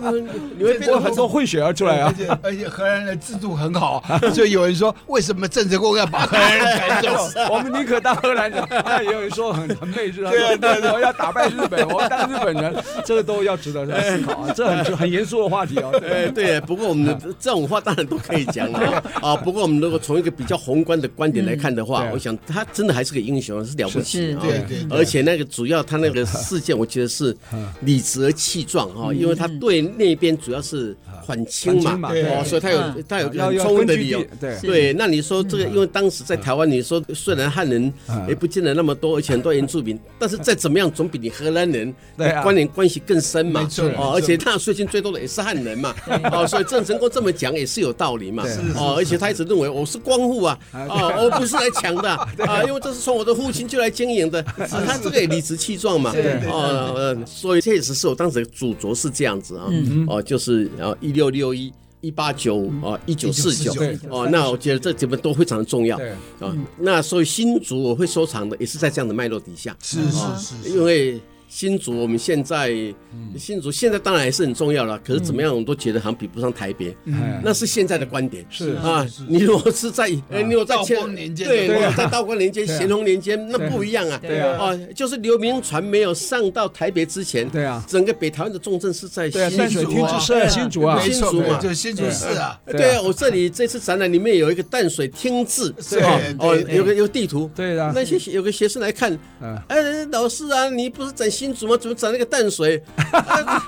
Speaker 4: 你会变
Speaker 2: 我
Speaker 4: 得
Speaker 2: 很多混血儿出来
Speaker 3: 而
Speaker 2: 啊。
Speaker 3: 且而且荷兰的制度很好， 所以有人说为什么郑成功要把荷兰人赶走？
Speaker 2: 哎 我们宁可当荷兰人， 那也有人说很很媚日啊， 对对对，要打败日本，我们当日本 人，这个都要值得思考啊，这很很严肃的话题 啊。
Speaker 4: 哎，对，不过我们的这种话当然都可以讲 了啊。不过我们如果从一个比较宏观的观点来看的话，
Speaker 2: 对
Speaker 4: 我想他真的还是个英雄，是了不起的啊。
Speaker 3: 是是对对对
Speaker 4: 而且那个主要他那个事件，我觉 得是
Speaker 2: 啊
Speaker 4: 理直而气壮啊，因为他对那边主要是缓清
Speaker 2: 嗯缓
Speaker 4: 嘛
Speaker 2: 清，嘛
Speaker 4: 哦，
Speaker 2: 对啊
Speaker 4: 所以他有
Speaker 1: 嗯
Speaker 4: 他有一个
Speaker 2: 要
Speaker 4: 很
Speaker 2: 要
Speaker 4: 充分的
Speaker 2: 根
Speaker 4: 理
Speaker 2: 据
Speaker 4: 由
Speaker 2: 地。对嗯
Speaker 4: 对，那你说这个，因为当时在台湾，你说虽然汉人也不见得那么多，而且很多原住民，但是再怎么样，总比你荷兰人
Speaker 2: 对啊
Speaker 4: 关联关系更深嘛
Speaker 3: 没错。没
Speaker 4: 哦
Speaker 3: 错，
Speaker 4: 而且纳税金最多的也是汉人嘛，哦，所以郑成功这么讲也是有道理嘛
Speaker 2: 对是，
Speaker 4: 哦，而且他一直认为我是光复啊，哦，我不是来抢的 啊，啊因为这是从我的父亲就来经营的，是他这个也理直气壮嘛，哦，呃所以确实是我当时的主轴是这样子啊，哦，就是然后一六六一。一八九啊，一九四九
Speaker 2: 对
Speaker 4: 哦，那我觉得这几本都非常的重要
Speaker 2: 对
Speaker 4: 啊。那所以新竹我会收藏的，也是在这样的脉络底下。
Speaker 3: 是
Speaker 2: 哦
Speaker 4: 嗯
Speaker 3: 是是
Speaker 4: 因为新竹我们现在，
Speaker 2: 嗯
Speaker 4: 新竹现在当然也是很重要了，可是怎么样，我们都觉得好像比不上台北，
Speaker 2: 哎
Speaker 4: 那是现在的观点。
Speaker 2: 是啊
Speaker 4: 啊，你如果是在，哎，你有在
Speaker 3: 道
Speaker 4: 乾
Speaker 3: 光年间
Speaker 4: 对，
Speaker 3: 对
Speaker 4: 我
Speaker 3: 啊
Speaker 4: 有在道光年间、
Speaker 2: 对啊
Speaker 4: 咸丰年间，那不一样啊。
Speaker 2: 对啊
Speaker 4: 啊，就是刘铭传没有上到台北之前，
Speaker 2: 对啊
Speaker 4: 整个北台湾的重镇是在
Speaker 2: 对啊，
Speaker 4: 新
Speaker 2: 淡水
Speaker 4: 竹。
Speaker 2: 厅之是新竹啊，
Speaker 3: 没错
Speaker 4: 新竹
Speaker 3: 没
Speaker 4: 嘛
Speaker 3: 错，就是新竹市啊，
Speaker 2: 对啊
Speaker 4: 对啊，我这里这次展览里面有一个淡水厅字，
Speaker 3: 对
Speaker 4: 哦哦，
Speaker 3: 对对
Speaker 4: 有个有地图，
Speaker 2: 啊对啊
Speaker 4: 那些学有个学生来看
Speaker 2: 嗯，
Speaker 4: 哎，老师啊，你不是展新竹吗？怎么展那个淡水？啊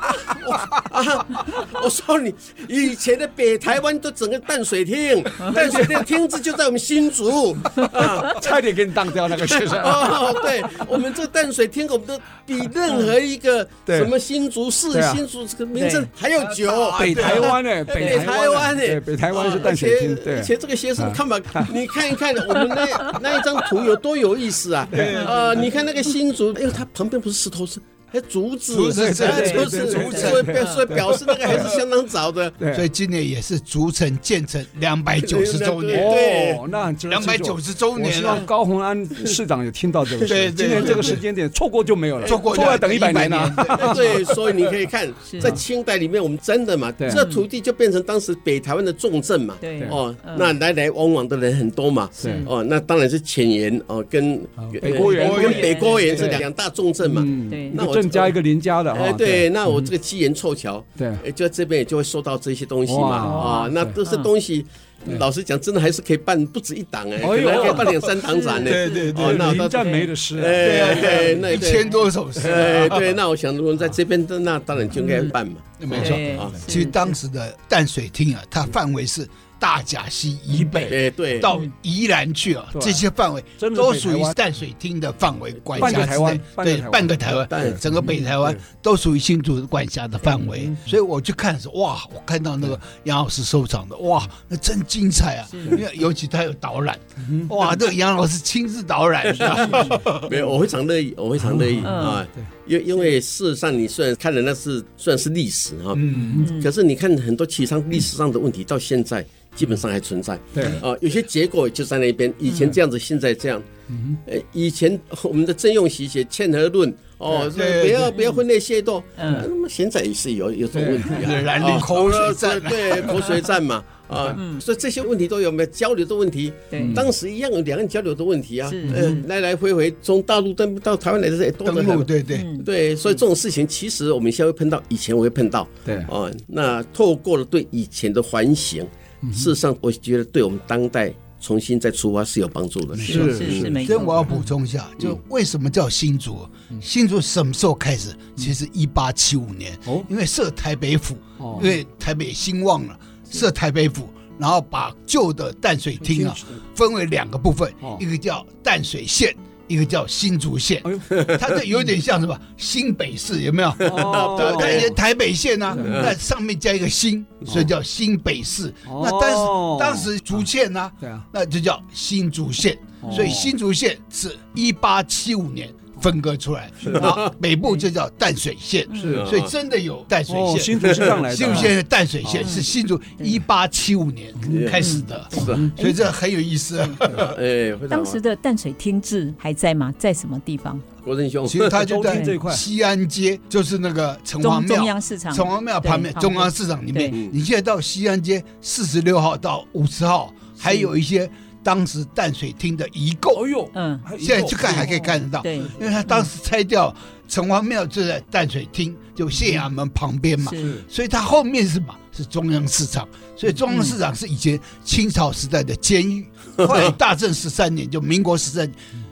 Speaker 4: 我啊，我说你以前的北台湾都整个淡水 厅，淡水厅厅字就在我们新竹。
Speaker 2: 差点给你当掉那个学生。啊
Speaker 4: 哦，对，我们这个淡水厅，我们都比任何一个
Speaker 2: 嗯对
Speaker 4: 什么新竹市
Speaker 2: 对、啊
Speaker 4: 新竹这个名称
Speaker 1: 对
Speaker 4: 还要久。
Speaker 2: 北台湾呢？
Speaker 4: 啊北台湾
Speaker 2: 呢？对，
Speaker 4: 呢？
Speaker 2: 北台湾是
Speaker 4: 啊
Speaker 2: 淡水厅
Speaker 4: 而，且
Speaker 2: 对啊
Speaker 4: 而。且这个学生看吧， 你看一看我们那那一张图有多有意思啊！ 啊，你看那个新竹，哎呦，它旁边不是石头是。还竹子，
Speaker 3: 竹子
Speaker 4: 哎
Speaker 3: 对
Speaker 4: 竹
Speaker 3: 对
Speaker 4: 子，
Speaker 3: 对
Speaker 4: 竹
Speaker 3: 竹
Speaker 4: 子，
Speaker 3: 子
Speaker 4: 所以 表所以表示那个还是相当早的。
Speaker 2: 对
Speaker 3: 所以今年也是竹城建成两百九十周年。
Speaker 4: 对
Speaker 2: 哦，那很值得庆祝
Speaker 3: 290周年
Speaker 2: 我希望高鸿安市长有听到这个事。
Speaker 3: 对对对
Speaker 2: 今年这个时间点错过就没有了，
Speaker 3: 错过
Speaker 2: 错要等一百年
Speaker 3: 了
Speaker 2: 啊。。
Speaker 4: 对，所以你可以看，在清代里面，我们真的嘛，
Speaker 2: 对
Speaker 4: 这土地就变成当时北台湾的重镇嘛。
Speaker 1: 对
Speaker 4: 哦
Speaker 1: 嗯，
Speaker 4: 那来来往往的人很多嘛。
Speaker 2: 是
Speaker 4: 哦，那当然是浅盐哦，跟
Speaker 2: 北郭园
Speaker 4: 跟北郭园这
Speaker 2: 对嗯
Speaker 4: 两大重镇嘛。
Speaker 2: 一
Speaker 1: 对
Speaker 4: 那
Speaker 2: 个
Speaker 4: 我
Speaker 2: 郑家一个林家的
Speaker 4: 哎，
Speaker 2: 哈。
Speaker 4: 对，那我这个机缘凑巧，
Speaker 2: 啊对
Speaker 4: 哎，就在这边也就会收到这些东西
Speaker 2: 哇
Speaker 4: 嘛，啊，那这些东西。老实讲，真的还是可以办不止一档哎，可
Speaker 2: 哎呦
Speaker 4: 能还可以办两三档展呢。
Speaker 3: 对对对
Speaker 4: 哦，那
Speaker 2: 林
Speaker 4: 我到
Speaker 2: 占梅的诗啊。
Speaker 4: 哎哎，那
Speaker 3: 一千。多首诗
Speaker 4: 对哎，对，那我想，如果在这边，那当然就应该办嘛。
Speaker 3: 没错。
Speaker 1: 对
Speaker 4: 啊，
Speaker 3: 其实当时的淡水厅啊，它范围是大甲溪以北
Speaker 4: 哎，对，
Speaker 3: 到宜兰去啊，
Speaker 2: 对
Speaker 3: 这些范围
Speaker 2: 真的
Speaker 3: 都
Speaker 2: 北台
Speaker 3: 属于
Speaker 2: 湾
Speaker 3: 淡水厅的范围管
Speaker 2: 半个
Speaker 3: 辖
Speaker 2: 台
Speaker 3: 之
Speaker 2: 湾
Speaker 3: 内，
Speaker 2: 半个
Speaker 3: 对
Speaker 2: 台，湾
Speaker 3: 半个台
Speaker 4: 对
Speaker 3: 湾，整个北台湾都属于新竹管辖的范
Speaker 2: 嗯
Speaker 3: 围。所以我去看的时候，哇，我看到那个杨老师收藏的，哇，那真精彩啊！因为尤其他有导览，
Speaker 2: 嗯
Speaker 3: 哇，这个杨老师亲自导览，你知道吗
Speaker 4: 没有，我非常乐意，我非常乐意啊。
Speaker 3: 嗯
Speaker 4: 因因为事实上，你虽然看的那是虽然是历史哈，
Speaker 3: 嗯
Speaker 4: 可是你看很多其实上历史上的问题到现在基本上还存在。
Speaker 2: 对
Speaker 4: 啊，有些结果就在那边，以前这样子，现在这样。
Speaker 3: 嗯
Speaker 4: 呃，以前我们的征用习写嵌合论，哦，
Speaker 3: 对对
Speaker 4: 不要不要分裂械斗，
Speaker 1: 嗯
Speaker 4: 那么现在也是有有这种问题啊，
Speaker 3: 染绿口水战
Speaker 4: 哦对，口水战嘛。啊，所以这些问题都有没有交流的问题？
Speaker 1: 嗯对
Speaker 2: 嗯
Speaker 4: 当时一样有两岸交流的问题啊
Speaker 1: 是，
Speaker 4: 呃
Speaker 1: 嗯，
Speaker 4: 来来回回从大陆登到台湾来的时候也多得
Speaker 3: 登
Speaker 4: 很
Speaker 3: 陆，对对，
Speaker 1: 嗯
Speaker 4: 对，所以这种事情其实我们现在会碰到，以前我会碰到，
Speaker 2: 对
Speaker 4: 哦，那透过了对以前的反省，
Speaker 3: 嗯
Speaker 4: 事实上我觉得对我们当代重新再出发是有帮助的。
Speaker 1: 是是是没
Speaker 3: 所以我要
Speaker 1: 错，
Speaker 3: 补充一下，就为什么叫新竹？新竹什么时候开始？其实一八七五年
Speaker 2: 哦，
Speaker 3: 因为设台北府
Speaker 2: 哦，
Speaker 3: 因为台北兴旺了，设台北府，然后把旧的淡水厅啊分为两个部分
Speaker 2: 哦，
Speaker 3: 一个叫淡水县。一个叫新竹县，它就有点像什么新北市，有没有？
Speaker 2: 哦嗯
Speaker 3: 对啊它也台北县啊，那上面加一个新，所以叫新北市。
Speaker 2: 哦
Speaker 3: 那但是当时竹县呢，
Speaker 2: 对啊，哦
Speaker 3: 那就叫新竹县。所以新竹县是一八七五年分割出来，然后北部就叫淡水县。
Speaker 2: 是
Speaker 3: 所以真的有淡水
Speaker 2: 嗯哦
Speaker 3: 县，
Speaker 2: 新竹是这样来的哦
Speaker 3: 新竹县是淡水县是新竹一八七五年开始的，
Speaker 2: 嗯
Speaker 4: 是啊，
Speaker 3: 所以这很有意思。啊
Speaker 4: 哎，非常好
Speaker 1: 当时的淡水厅制还在吗？在什么地方？
Speaker 4: 国珍兄，
Speaker 3: 其实 它就
Speaker 2: 中
Speaker 3: 在
Speaker 2: 间这一块
Speaker 3: 西安街，就是那个城隍
Speaker 1: 中中
Speaker 3: 庙
Speaker 1: 央。市场，
Speaker 3: 城隍庙旁边
Speaker 1: 对
Speaker 3: 中央市场里面，你现在到西安街四十六号到五十号，还有一些当时淡水厅的哦遗构，
Speaker 2: 哎呦，
Speaker 1: 嗯，
Speaker 2: 还有一个
Speaker 3: 现在去看还可以看得到。
Speaker 1: 对，
Speaker 3: 因为他当时拆掉城隍庙就在淡水厅，就县衙门旁边嘛，
Speaker 1: 是
Speaker 3: 所以它后面是什么？是中央市场，所以中央市场是以前清朝时代的监狱，后来大正十三年，就民国十三，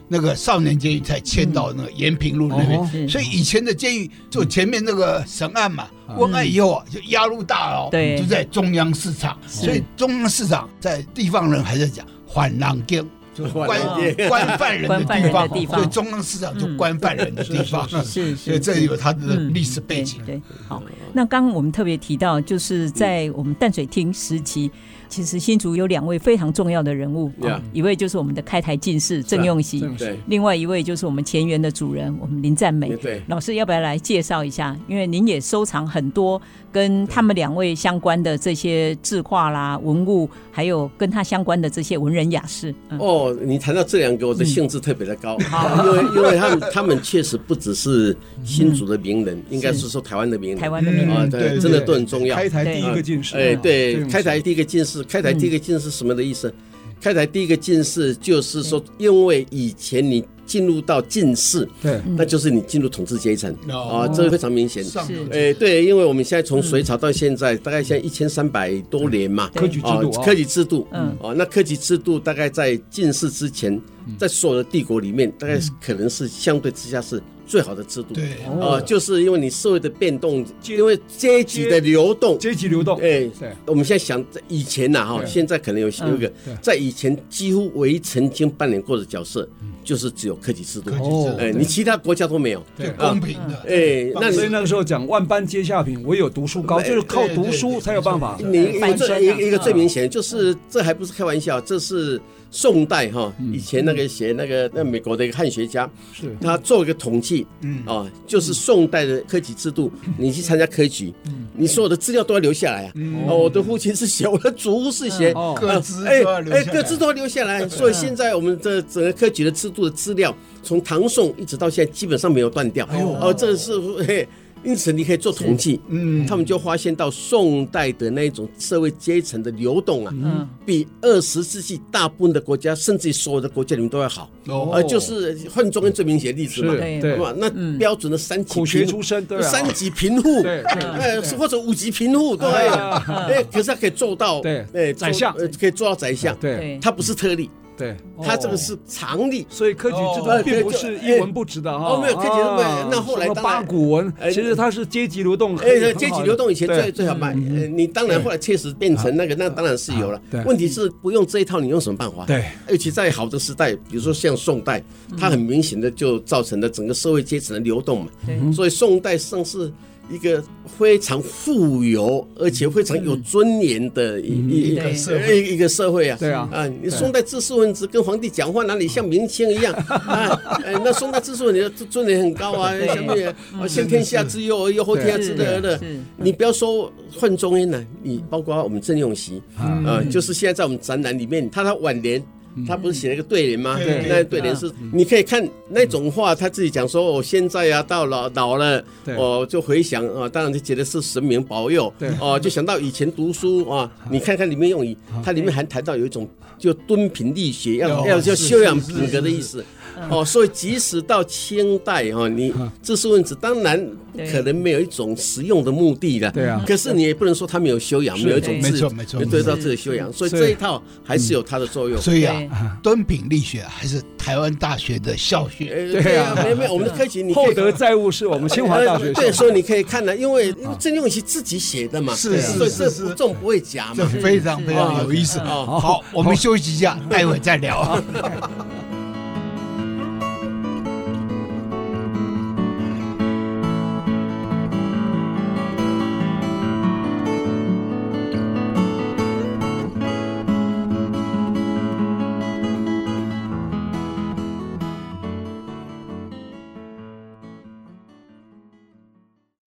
Speaker 3: 那个少年监狱才迁到那个延平路那边，
Speaker 2: 哦
Speaker 1: 是
Speaker 3: 所以以前的监狱就前面那个审案嘛，问案以后啊，就押入大牢，
Speaker 1: 对
Speaker 3: 就在中央市场，所以中央市场在地方人还在讲缓浪街。就是关
Speaker 4: 缓
Speaker 1: 浪
Speaker 4: 街
Speaker 3: 关犯人的
Speaker 1: 关犯
Speaker 3: 地
Speaker 1: 人的
Speaker 3: 方，
Speaker 1: 地方嗯
Speaker 3: 所以中央市场就关犯人的地方，
Speaker 1: 是
Speaker 3: 所以
Speaker 1: 是。
Speaker 3: 这有它的
Speaker 1: 嗯
Speaker 3: 历史背景。
Speaker 1: 对对，好。那刚刚我们特别提到，就是在我们淡水厅时期，其实新竹有两位非常重要的人物，哦
Speaker 4: Yeah
Speaker 1: 一位就是我们的开台进士郑用锡，
Speaker 2: 郑
Speaker 4: 对
Speaker 1: 另外一位就是我们前园的主人，我们林占美。
Speaker 4: 对
Speaker 1: 老师要不要来介绍一下？因为您也收藏很多跟他们两位相关的这些字画啦、文物，还有跟他相关的这些文人雅士。嗯，
Speaker 4: 哦，你谈到这两个，我的兴致特别的高，因为因为他们他们确实不只是新竹的名人，应该是说台湾的名人，
Speaker 1: 台湾的名人
Speaker 4: 啊，
Speaker 3: 嗯对
Speaker 4: 对，真的都很重要。
Speaker 2: 开台第一个进士，
Speaker 4: 哎，
Speaker 2: 这
Speaker 4: 对，
Speaker 2: 种
Speaker 4: 开台
Speaker 2: 事嗯
Speaker 4: 第一个进士，开台第一个进士什么的意思？开台第一个进士就是说，因为以前你进入到进士，
Speaker 2: 对
Speaker 1: 嗯
Speaker 4: 那就是你进入统治阶层
Speaker 3: 哦
Speaker 4: 啊，这个非常明显。
Speaker 3: 上游
Speaker 1: 是
Speaker 4: 哎，对，因为我们现在从隋朝到现在，大概现在一千三百多年嘛，
Speaker 1: 科
Speaker 2: 举制度
Speaker 4: 哦
Speaker 2: 啊
Speaker 4: 科举制度，
Speaker 1: 嗯
Speaker 4: 哦，那科举制度大概在进士之前，在所有的帝国里面，大概是可能是相对之下是最好的制度。
Speaker 3: 对
Speaker 4: 哦，就是因为你社会的变动，因为阶级的流动，
Speaker 2: 阶级流动，
Speaker 4: 哎
Speaker 2: 对，
Speaker 4: 我们现在想在以前呐、哈，
Speaker 2: 对
Speaker 4: 现在可能有有一个
Speaker 2: 对，
Speaker 4: 在以前几乎唯曾经扮演过的角色，就是只有科举制度
Speaker 3: 科，举
Speaker 2: 哦
Speaker 4: 哎，你其他国家都没有，
Speaker 3: 对公平的，
Speaker 4: 哎，那
Speaker 2: 所以
Speaker 4: 你
Speaker 2: 那个时候讲万般皆下品，唯有读书高，就是靠读书才有办法。
Speaker 4: 你
Speaker 1: 反
Speaker 4: 这
Speaker 1: 身
Speaker 4: 一
Speaker 1: 啊
Speaker 4: 个一个最明显就是这还不是开玩笑，这是宋代哈，
Speaker 3: 嗯
Speaker 4: 以前那个写那个那美国的一个汉学家，
Speaker 2: 是
Speaker 4: 他做一个统计，嗯啊，就是宋代的科举制度，
Speaker 3: 嗯
Speaker 4: 你去参加科举，你所有的资料都要留下来啊。哦，我的父亲是学，我的祖父是学，
Speaker 2: 哦
Speaker 3: 嗯各自
Speaker 4: 哎
Speaker 3: 都要留
Speaker 4: 哎，
Speaker 3: 下
Speaker 4: 各自
Speaker 3: 来
Speaker 4: 都要留下来。所以现在我们的整个科举的制度的资料，从唐宋一直到现在，基本上没有断掉。
Speaker 2: 哎
Speaker 4: 哦，这是嘿。因此，你可以做统计，嗯，他们就发现到宋代的那一种社会阶层的流动啊，嗯，比二十世纪大部分的国家，甚至于所有的国家里面都要好。
Speaker 3: 哦
Speaker 4: 呃，就是换中跟最明显的例子嘛，
Speaker 2: 是
Speaker 1: 对
Speaker 2: 对
Speaker 4: 嘛，那标准的三级
Speaker 2: 苦学
Speaker 4: 贫户
Speaker 2: 出身对啊
Speaker 4: 三级贫户，
Speaker 2: 对对
Speaker 4: 呃，或者五级贫户，对，
Speaker 2: 啊
Speaker 4: 哎，可是他可以做到，
Speaker 2: 对
Speaker 4: 哎，
Speaker 2: 宰相
Speaker 4: 做呃可以做到宰相，，
Speaker 2: 对哦
Speaker 4: 他不是特例，
Speaker 2: 对，
Speaker 4: 他这个是常例。
Speaker 2: 所以科举制度并不是一文不值的哈。
Speaker 4: 哦没有科举制度
Speaker 2: 啊
Speaker 4: 那后来
Speaker 2: 什么
Speaker 4: 当
Speaker 2: 八
Speaker 4: 然
Speaker 2: 股文，
Speaker 4: 哎
Speaker 2: 其实它是阶级流动很，
Speaker 4: 哎，
Speaker 2: 很
Speaker 4: 阶级
Speaker 2: 好的
Speaker 4: 流动以前最
Speaker 2: 哦对嗯
Speaker 4: 最好办，呃你当然后来确实变成那个，那当然是有了
Speaker 2: 对。
Speaker 4: 问题是不用这一套，你用什么办法？
Speaker 2: 对，
Speaker 4: 尤其在好的时代，比如说像宋代，它很明显的就造成了整个社会阶层的流动嘛。
Speaker 1: 对
Speaker 4: 所以宋代上是一个非常富有而且非常有尊严的一一一
Speaker 1: 对
Speaker 4: 个社会一一个社会啊。
Speaker 2: 对啊
Speaker 4: 啊，你宋代知识分子跟皇帝讲话哪里像明清 一样啊？哎那宋代知识分子的尊严很高啊，
Speaker 1: 对嗯
Speaker 4: 下面啊先天下之忧而忧后天下之乐
Speaker 1: 对
Speaker 4: 乐
Speaker 1: 是。
Speaker 4: 你不要说范
Speaker 3: 嗯
Speaker 4: 呃仲淹呢，你包括我们郑用锡，啊，就是现在在我们展览里面，他的晚年。他不是写了一个对联吗？
Speaker 3: 对嗯
Speaker 4: 那对联是，你可以看那种话，他自己讲说，我现在啊到老老了，
Speaker 2: 对
Speaker 4: 我就回想啊，当然就觉得是神明保佑
Speaker 2: 对，
Speaker 4: 哦，就想到以前读书 啊，你看看里面用语，它里面还谈到有一种就敦品力学，要
Speaker 3: 啊有
Speaker 4: 要要
Speaker 3: 是
Speaker 4: 修养
Speaker 3: 是
Speaker 4: 品格
Speaker 3: 是
Speaker 4: 的意思。哦，所以即使到清代哈，你
Speaker 3: 嗯
Speaker 4: 知识分子当然不可能没有一种实用的目的了，
Speaker 2: 对啊
Speaker 4: 可是你也不能说他没有修养，没有一种
Speaker 3: 没
Speaker 4: 自
Speaker 3: 错没错
Speaker 4: 对到自己的修养，所以
Speaker 2: 所以
Speaker 4: 这一套还是有它的作用。
Speaker 3: 所以
Speaker 1: 对
Speaker 3: 啊，敦品力学还是台湾大学的校学，
Speaker 4: 呃
Speaker 2: 对
Speaker 4: 对
Speaker 2: 啊
Speaker 4: 啊，没有没有，我们的科举你可以
Speaker 2: 厚德载物是我们清华大学
Speaker 4: 呃对，
Speaker 2: 校
Speaker 4: 所以你可以看呢，因为因为郑用锡自己写的嘛，
Speaker 3: 是
Speaker 4: 所以
Speaker 3: 是
Speaker 4: 这
Speaker 3: 是
Speaker 4: 不重不会假
Speaker 3: 这
Speaker 4: 嘛。
Speaker 3: 非常非常有意思。
Speaker 4: 哦
Speaker 3: 好，我们休息一下，待会再聊。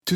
Speaker 5: Do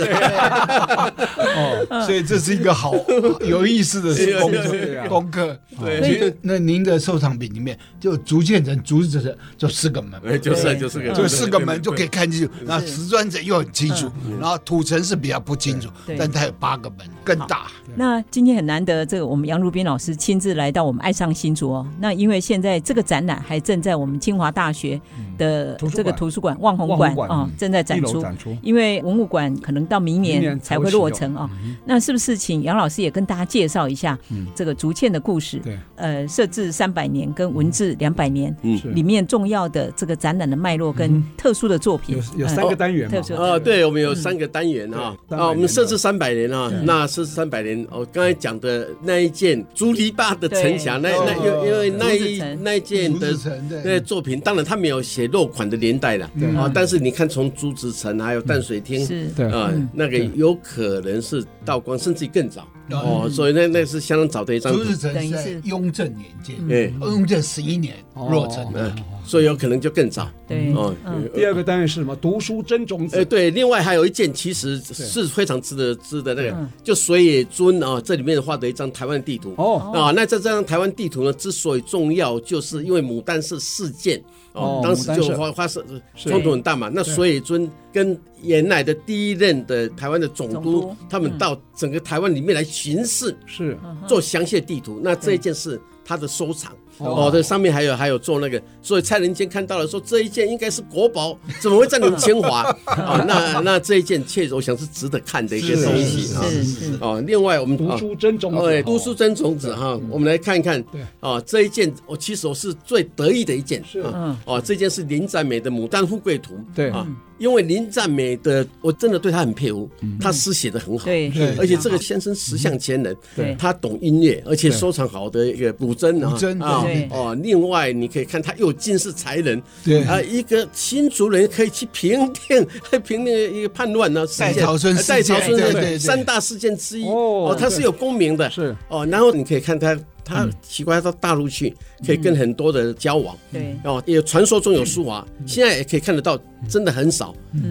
Speaker 2: 嗯
Speaker 3: 所以这是一个好有意思的事
Speaker 4: 对
Speaker 2: 对对对
Speaker 3: 功功课。
Speaker 4: 对
Speaker 3: 其实那您的收藏品里面就逐渐成竹子城就四个门，
Speaker 4: 哎，就是啊
Speaker 1: 对
Speaker 4: 就是个，
Speaker 3: 就四个门就可以
Speaker 4: 以。
Speaker 3: 看清楚。然后石砖城又很清楚，然后土城是比较不清楚
Speaker 1: 对，
Speaker 3: 但它有八个门，更大。
Speaker 1: 那今天很难得，这个我们杨如斌老师亲自来到我们爱上新竹哦。那因为现在这个展览还正在我们清华大学的
Speaker 2: 嗯图书馆
Speaker 1: 这个图书馆望红
Speaker 2: 望
Speaker 1: 馆
Speaker 2: 红馆
Speaker 1: 啊、
Speaker 2: 嗯
Speaker 1: 正在展
Speaker 2: 一
Speaker 1: 出
Speaker 2: 楼展出，
Speaker 1: 因为文物馆可能到明
Speaker 2: 明
Speaker 1: 年
Speaker 2: 年
Speaker 1: 才
Speaker 2: 才
Speaker 1: 会
Speaker 2: 会
Speaker 1: 落
Speaker 2: 启嗯
Speaker 1: 成啊、那是不是请杨老师也跟大家介绍一下这个竹堑的故事？
Speaker 2: 对，
Speaker 1: 呃，设置三百年跟文字两百年
Speaker 4: 嗯
Speaker 2: 是嗯
Speaker 1: 里面重要的这个展览的脉络跟特殊的作品
Speaker 2: 有，有三
Speaker 1: 嗯
Speaker 3: 哦
Speaker 2: 个单元
Speaker 1: 特
Speaker 2: 嘛，
Speaker 1: 殊的
Speaker 4: 啊，对，我们有三个单元哈，
Speaker 2: 对
Speaker 4: 啊，我们设置
Speaker 2: 300
Speaker 4: 三百年啊，那设置三百年，我刚才讲的那一件竹篱笆的城墙，那
Speaker 3: 对
Speaker 4: 那因为因为那
Speaker 1: 竹子
Speaker 4: 一
Speaker 1: 城
Speaker 4: 那一件
Speaker 3: 竹
Speaker 4: 的
Speaker 3: 子城
Speaker 4: 那
Speaker 3: 对，
Speaker 4: 作品，当然他没有写诶落款的年代了
Speaker 2: 对
Speaker 4: 啊。但是你看，从朱子城还有淡水厅
Speaker 1: 嗯是嗯
Speaker 2: 对
Speaker 4: 啊，那个有可能是道光，甚至更早哦。所以那那是相当早的一张
Speaker 3: 朱
Speaker 4: 图，
Speaker 3: 自成
Speaker 1: 等于
Speaker 3: 是在
Speaker 1: 是
Speaker 3: 雍正年间，
Speaker 4: 哎，
Speaker 3: 雍正十一年落成的。
Speaker 4: 嗯所以有可能就更早
Speaker 1: 对，
Speaker 4: 哦。
Speaker 1: 嗯
Speaker 2: 第二个单元是什么？读书真种
Speaker 3: 哎
Speaker 4: 呃，
Speaker 2: 子。
Speaker 4: 对，另外还有一件其实是非常值得值得那
Speaker 2: 嗯
Speaker 4: 个，就水野尊啊，这里面画的一张台湾地图
Speaker 2: 哦，
Speaker 4: 啊，那这张台湾地图呢，之所以重要，就是因为牡丹社事件
Speaker 2: 哦
Speaker 4: 哦，当
Speaker 2: 牡
Speaker 4: 时
Speaker 2: 丹
Speaker 4: 就
Speaker 2: 社
Speaker 4: 发发生
Speaker 2: 是
Speaker 4: 冲突很大嘛。那水野尊跟原来的第一任的台湾的总
Speaker 1: 总
Speaker 4: 督
Speaker 1: 督，
Speaker 4: 他
Speaker 2: 嗯
Speaker 4: 们到整个台湾里面来巡视，
Speaker 2: 是
Speaker 1: 嗯
Speaker 4: 做详细的地图。那这一件是他的收藏。哦，这上面还有还有做那个，所以蔡仁坚看到了，说这一件应该是国宝，怎么会在你们 清华？哦，那那这一件确实，我想是值得看的一个
Speaker 2: 是
Speaker 4: 东
Speaker 2: 是
Speaker 4: 西啊。
Speaker 1: 是是，
Speaker 4: 哦，另外我们
Speaker 2: 读
Speaker 4: 啊
Speaker 2: 书真种
Speaker 4: 哦，哎
Speaker 2: 子。
Speaker 4: 都书真种子哈，我们来看一看
Speaker 2: 对。
Speaker 4: 哦，这一件我其实我是最得意的一件。是
Speaker 1: 嗯
Speaker 4: 哦，这件是林占美的《牡丹富贵图》。
Speaker 2: 对
Speaker 4: 啊，因为林占美的，我真的对他很佩服，他诗写的很好。
Speaker 1: 嗯对，
Speaker 2: 对
Speaker 4: 而且这个先生十项千人，
Speaker 1: 对
Speaker 4: 他懂音乐，而且收藏好的一个古筝啊，
Speaker 3: 古筝
Speaker 4: 啊
Speaker 1: 对
Speaker 4: 哦，另外你可以看他又尽是才人，
Speaker 3: 对
Speaker 4: 啊，一个新族人可以去评定 评定一个叛乱呢，事件
Speaker 3: 戴朝春事件
Speaker 4: 戴朝春
Speaker 3: 对对对
Speaker 4: 的三大事件之一
Speaker 2: 哦
Speaker 4: 哦，他是有功名的，
Speaker 2: 是
Speaker 4: 哦，然后你可以看他。他奇怪，他到大陆去可以跟很多的交往，
Speaker 1: 嗯对嗯
Speaker 4: 哦，也传说中有书华，现在也可以看得到，真的很少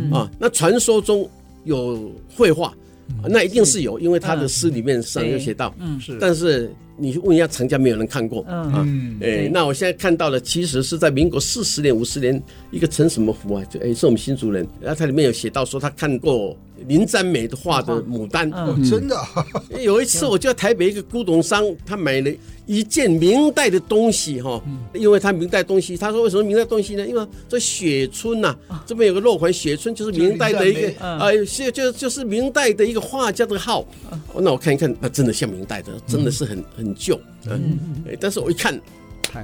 Speaker 4: 啊。那传说中有绘画，啊那一定是有，因为他的诗里面上
Speaker 1: 嗯对
Speaker 4: 有写到。
Speaker 1: 嗯
Speaker 2: 是
Speaker 4: 但是你去问一下藏家，没有人看过。
Speaker 1: 嗯，
Speaker 3: 嗯，
Speaker 4: 哎，那我现在看到了，其实是在民国四十年、五十年，一个陈什么福啊，就哎是我们新竹人，然后它里面有写到说他看过林占美的画的
Speaker 1: 嗯
Speaker 4: 牡丹，
Speaker 3: 哦真的啊，
Speaker 4: 有一次，我就在台北一个古董商，他买了一件明代的东西哈，
Speaker 3: 嗯
Speaker 4: 因为他明代东西，他说为什么明代东西呢？因为这雪村呐、这边有个落款，雪村就是明代的一
Speaker 3: 啊就是
Speaker 4: 个
Speaker 3: 明，嗯
Speaker 4: 呃，是就就是明代的一个画家的号。
Speaker 3: 啊
Speaker 4: 哦那我看一看，那真的像明代
Speaker 3: 嗯
Speaker 4: 的，真的是很很旧，嗯，哎但是我一看。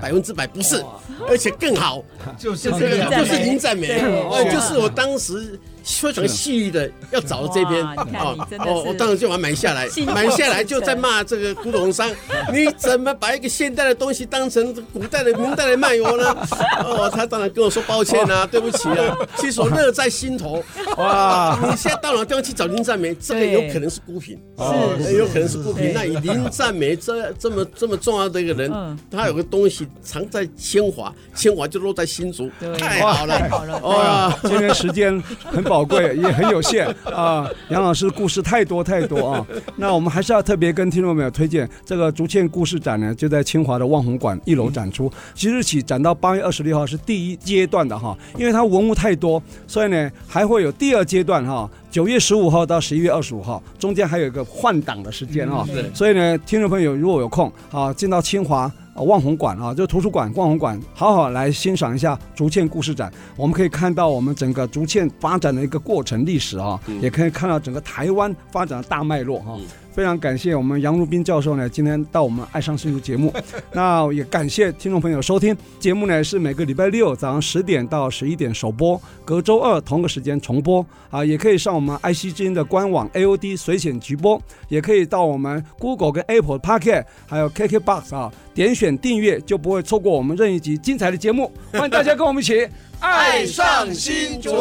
Speaker 4: 百分之百不是，而且更好，
Speaker 3: 就是
Speaker 4: 这个
Speaker 1: 林占美
Speaker 4: 就是林占美，
Speaker 1: 对
Speaker 4: 哦，
Speaker 1: 是啊
Speaker 4: 就是我当时非常细腻的要找的这边
Speaker 1: 哇你看你真的是
Speaker 4: 哦，我当时就把它买下来
Speaker 1: 幸，福
Speaker 4: 买下来就在骂这个古董商，你怎么把一个现代的东西当成古代的明代来卖我呢？哦，他当然跟我说抱歉啊，对不起啊，其实我乐在心头。
Speaker 1: 啊
Speaker 4: 哇，你现在到哪地方去找林占美？这个有可能是孤品，哦
Speaker 1: 是
Speaker 4: 有可能是孤
Speaker 1: 是
Speaker 4: 品。那以林占美这这么这么重要的一个人
Speaker 1: 嗯，
Speaker 4: 他有个东西藏在清华，清华就落在新竹
Speaker 1: 对，
Speaker 4: 太好了
Speaker 1: 太好了，
Speaker 4: 哇！
Speaker 2: 今天时间很宝贵， 也很有限啊。杨老师故事太多太多啊，那我们还是要特别跟听众朋友推荐这个竹堑故事展呢，就在清华的望红馆一楼展出，即日起展到八月二十六号是第一阶段的哈，因为它文物太多，所以呢还会有第二阶段哈。九月十五号到十一月二十五号，中间还有一个换档的时间啊、所以呢，听众朋友如果有空啊，进到清华啊望红馆啊，就图书馆望红馆，好好来欣赏一下竹堑故事展。我们可以看到我们整个竹堑发展的一个过程历史啊，也可以看到整个台湾发展的大脉络啊哈、非常感谢我们杨如斌教授呢，今天到我们《爱上新竹》节目，那也感谢听众朋友收听节目呢，是每个礼拜六早上十点到十一点首播，隔周二同个时间重播啊，也可以上我们 IC 之音的官网 AOD 随选直播，也可以到我们 Google 跟 Apple Pocket 还有 KKBox 啊，点选订阅就不会错过我们任意集精彩的节目，欢迎大家跟我们一起爱上新竹。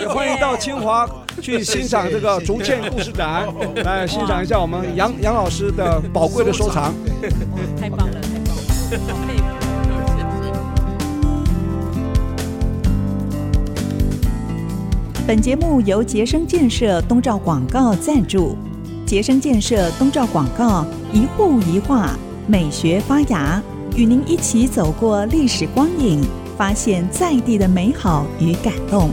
Speaker 2: 也欢迎到清华去欣赏这个竹堑故事展，来欣赏一下我们杨杨老师的宝贵的收藏。
Speaker 1: 太棒了， 太棒了，好佩服。
Speaker 6: 本节目由杰生建设东照广告赞助。杰生建设东照广告，一户一画，美学发芽，与您一起走过历史光影，发现在地的美好与感动。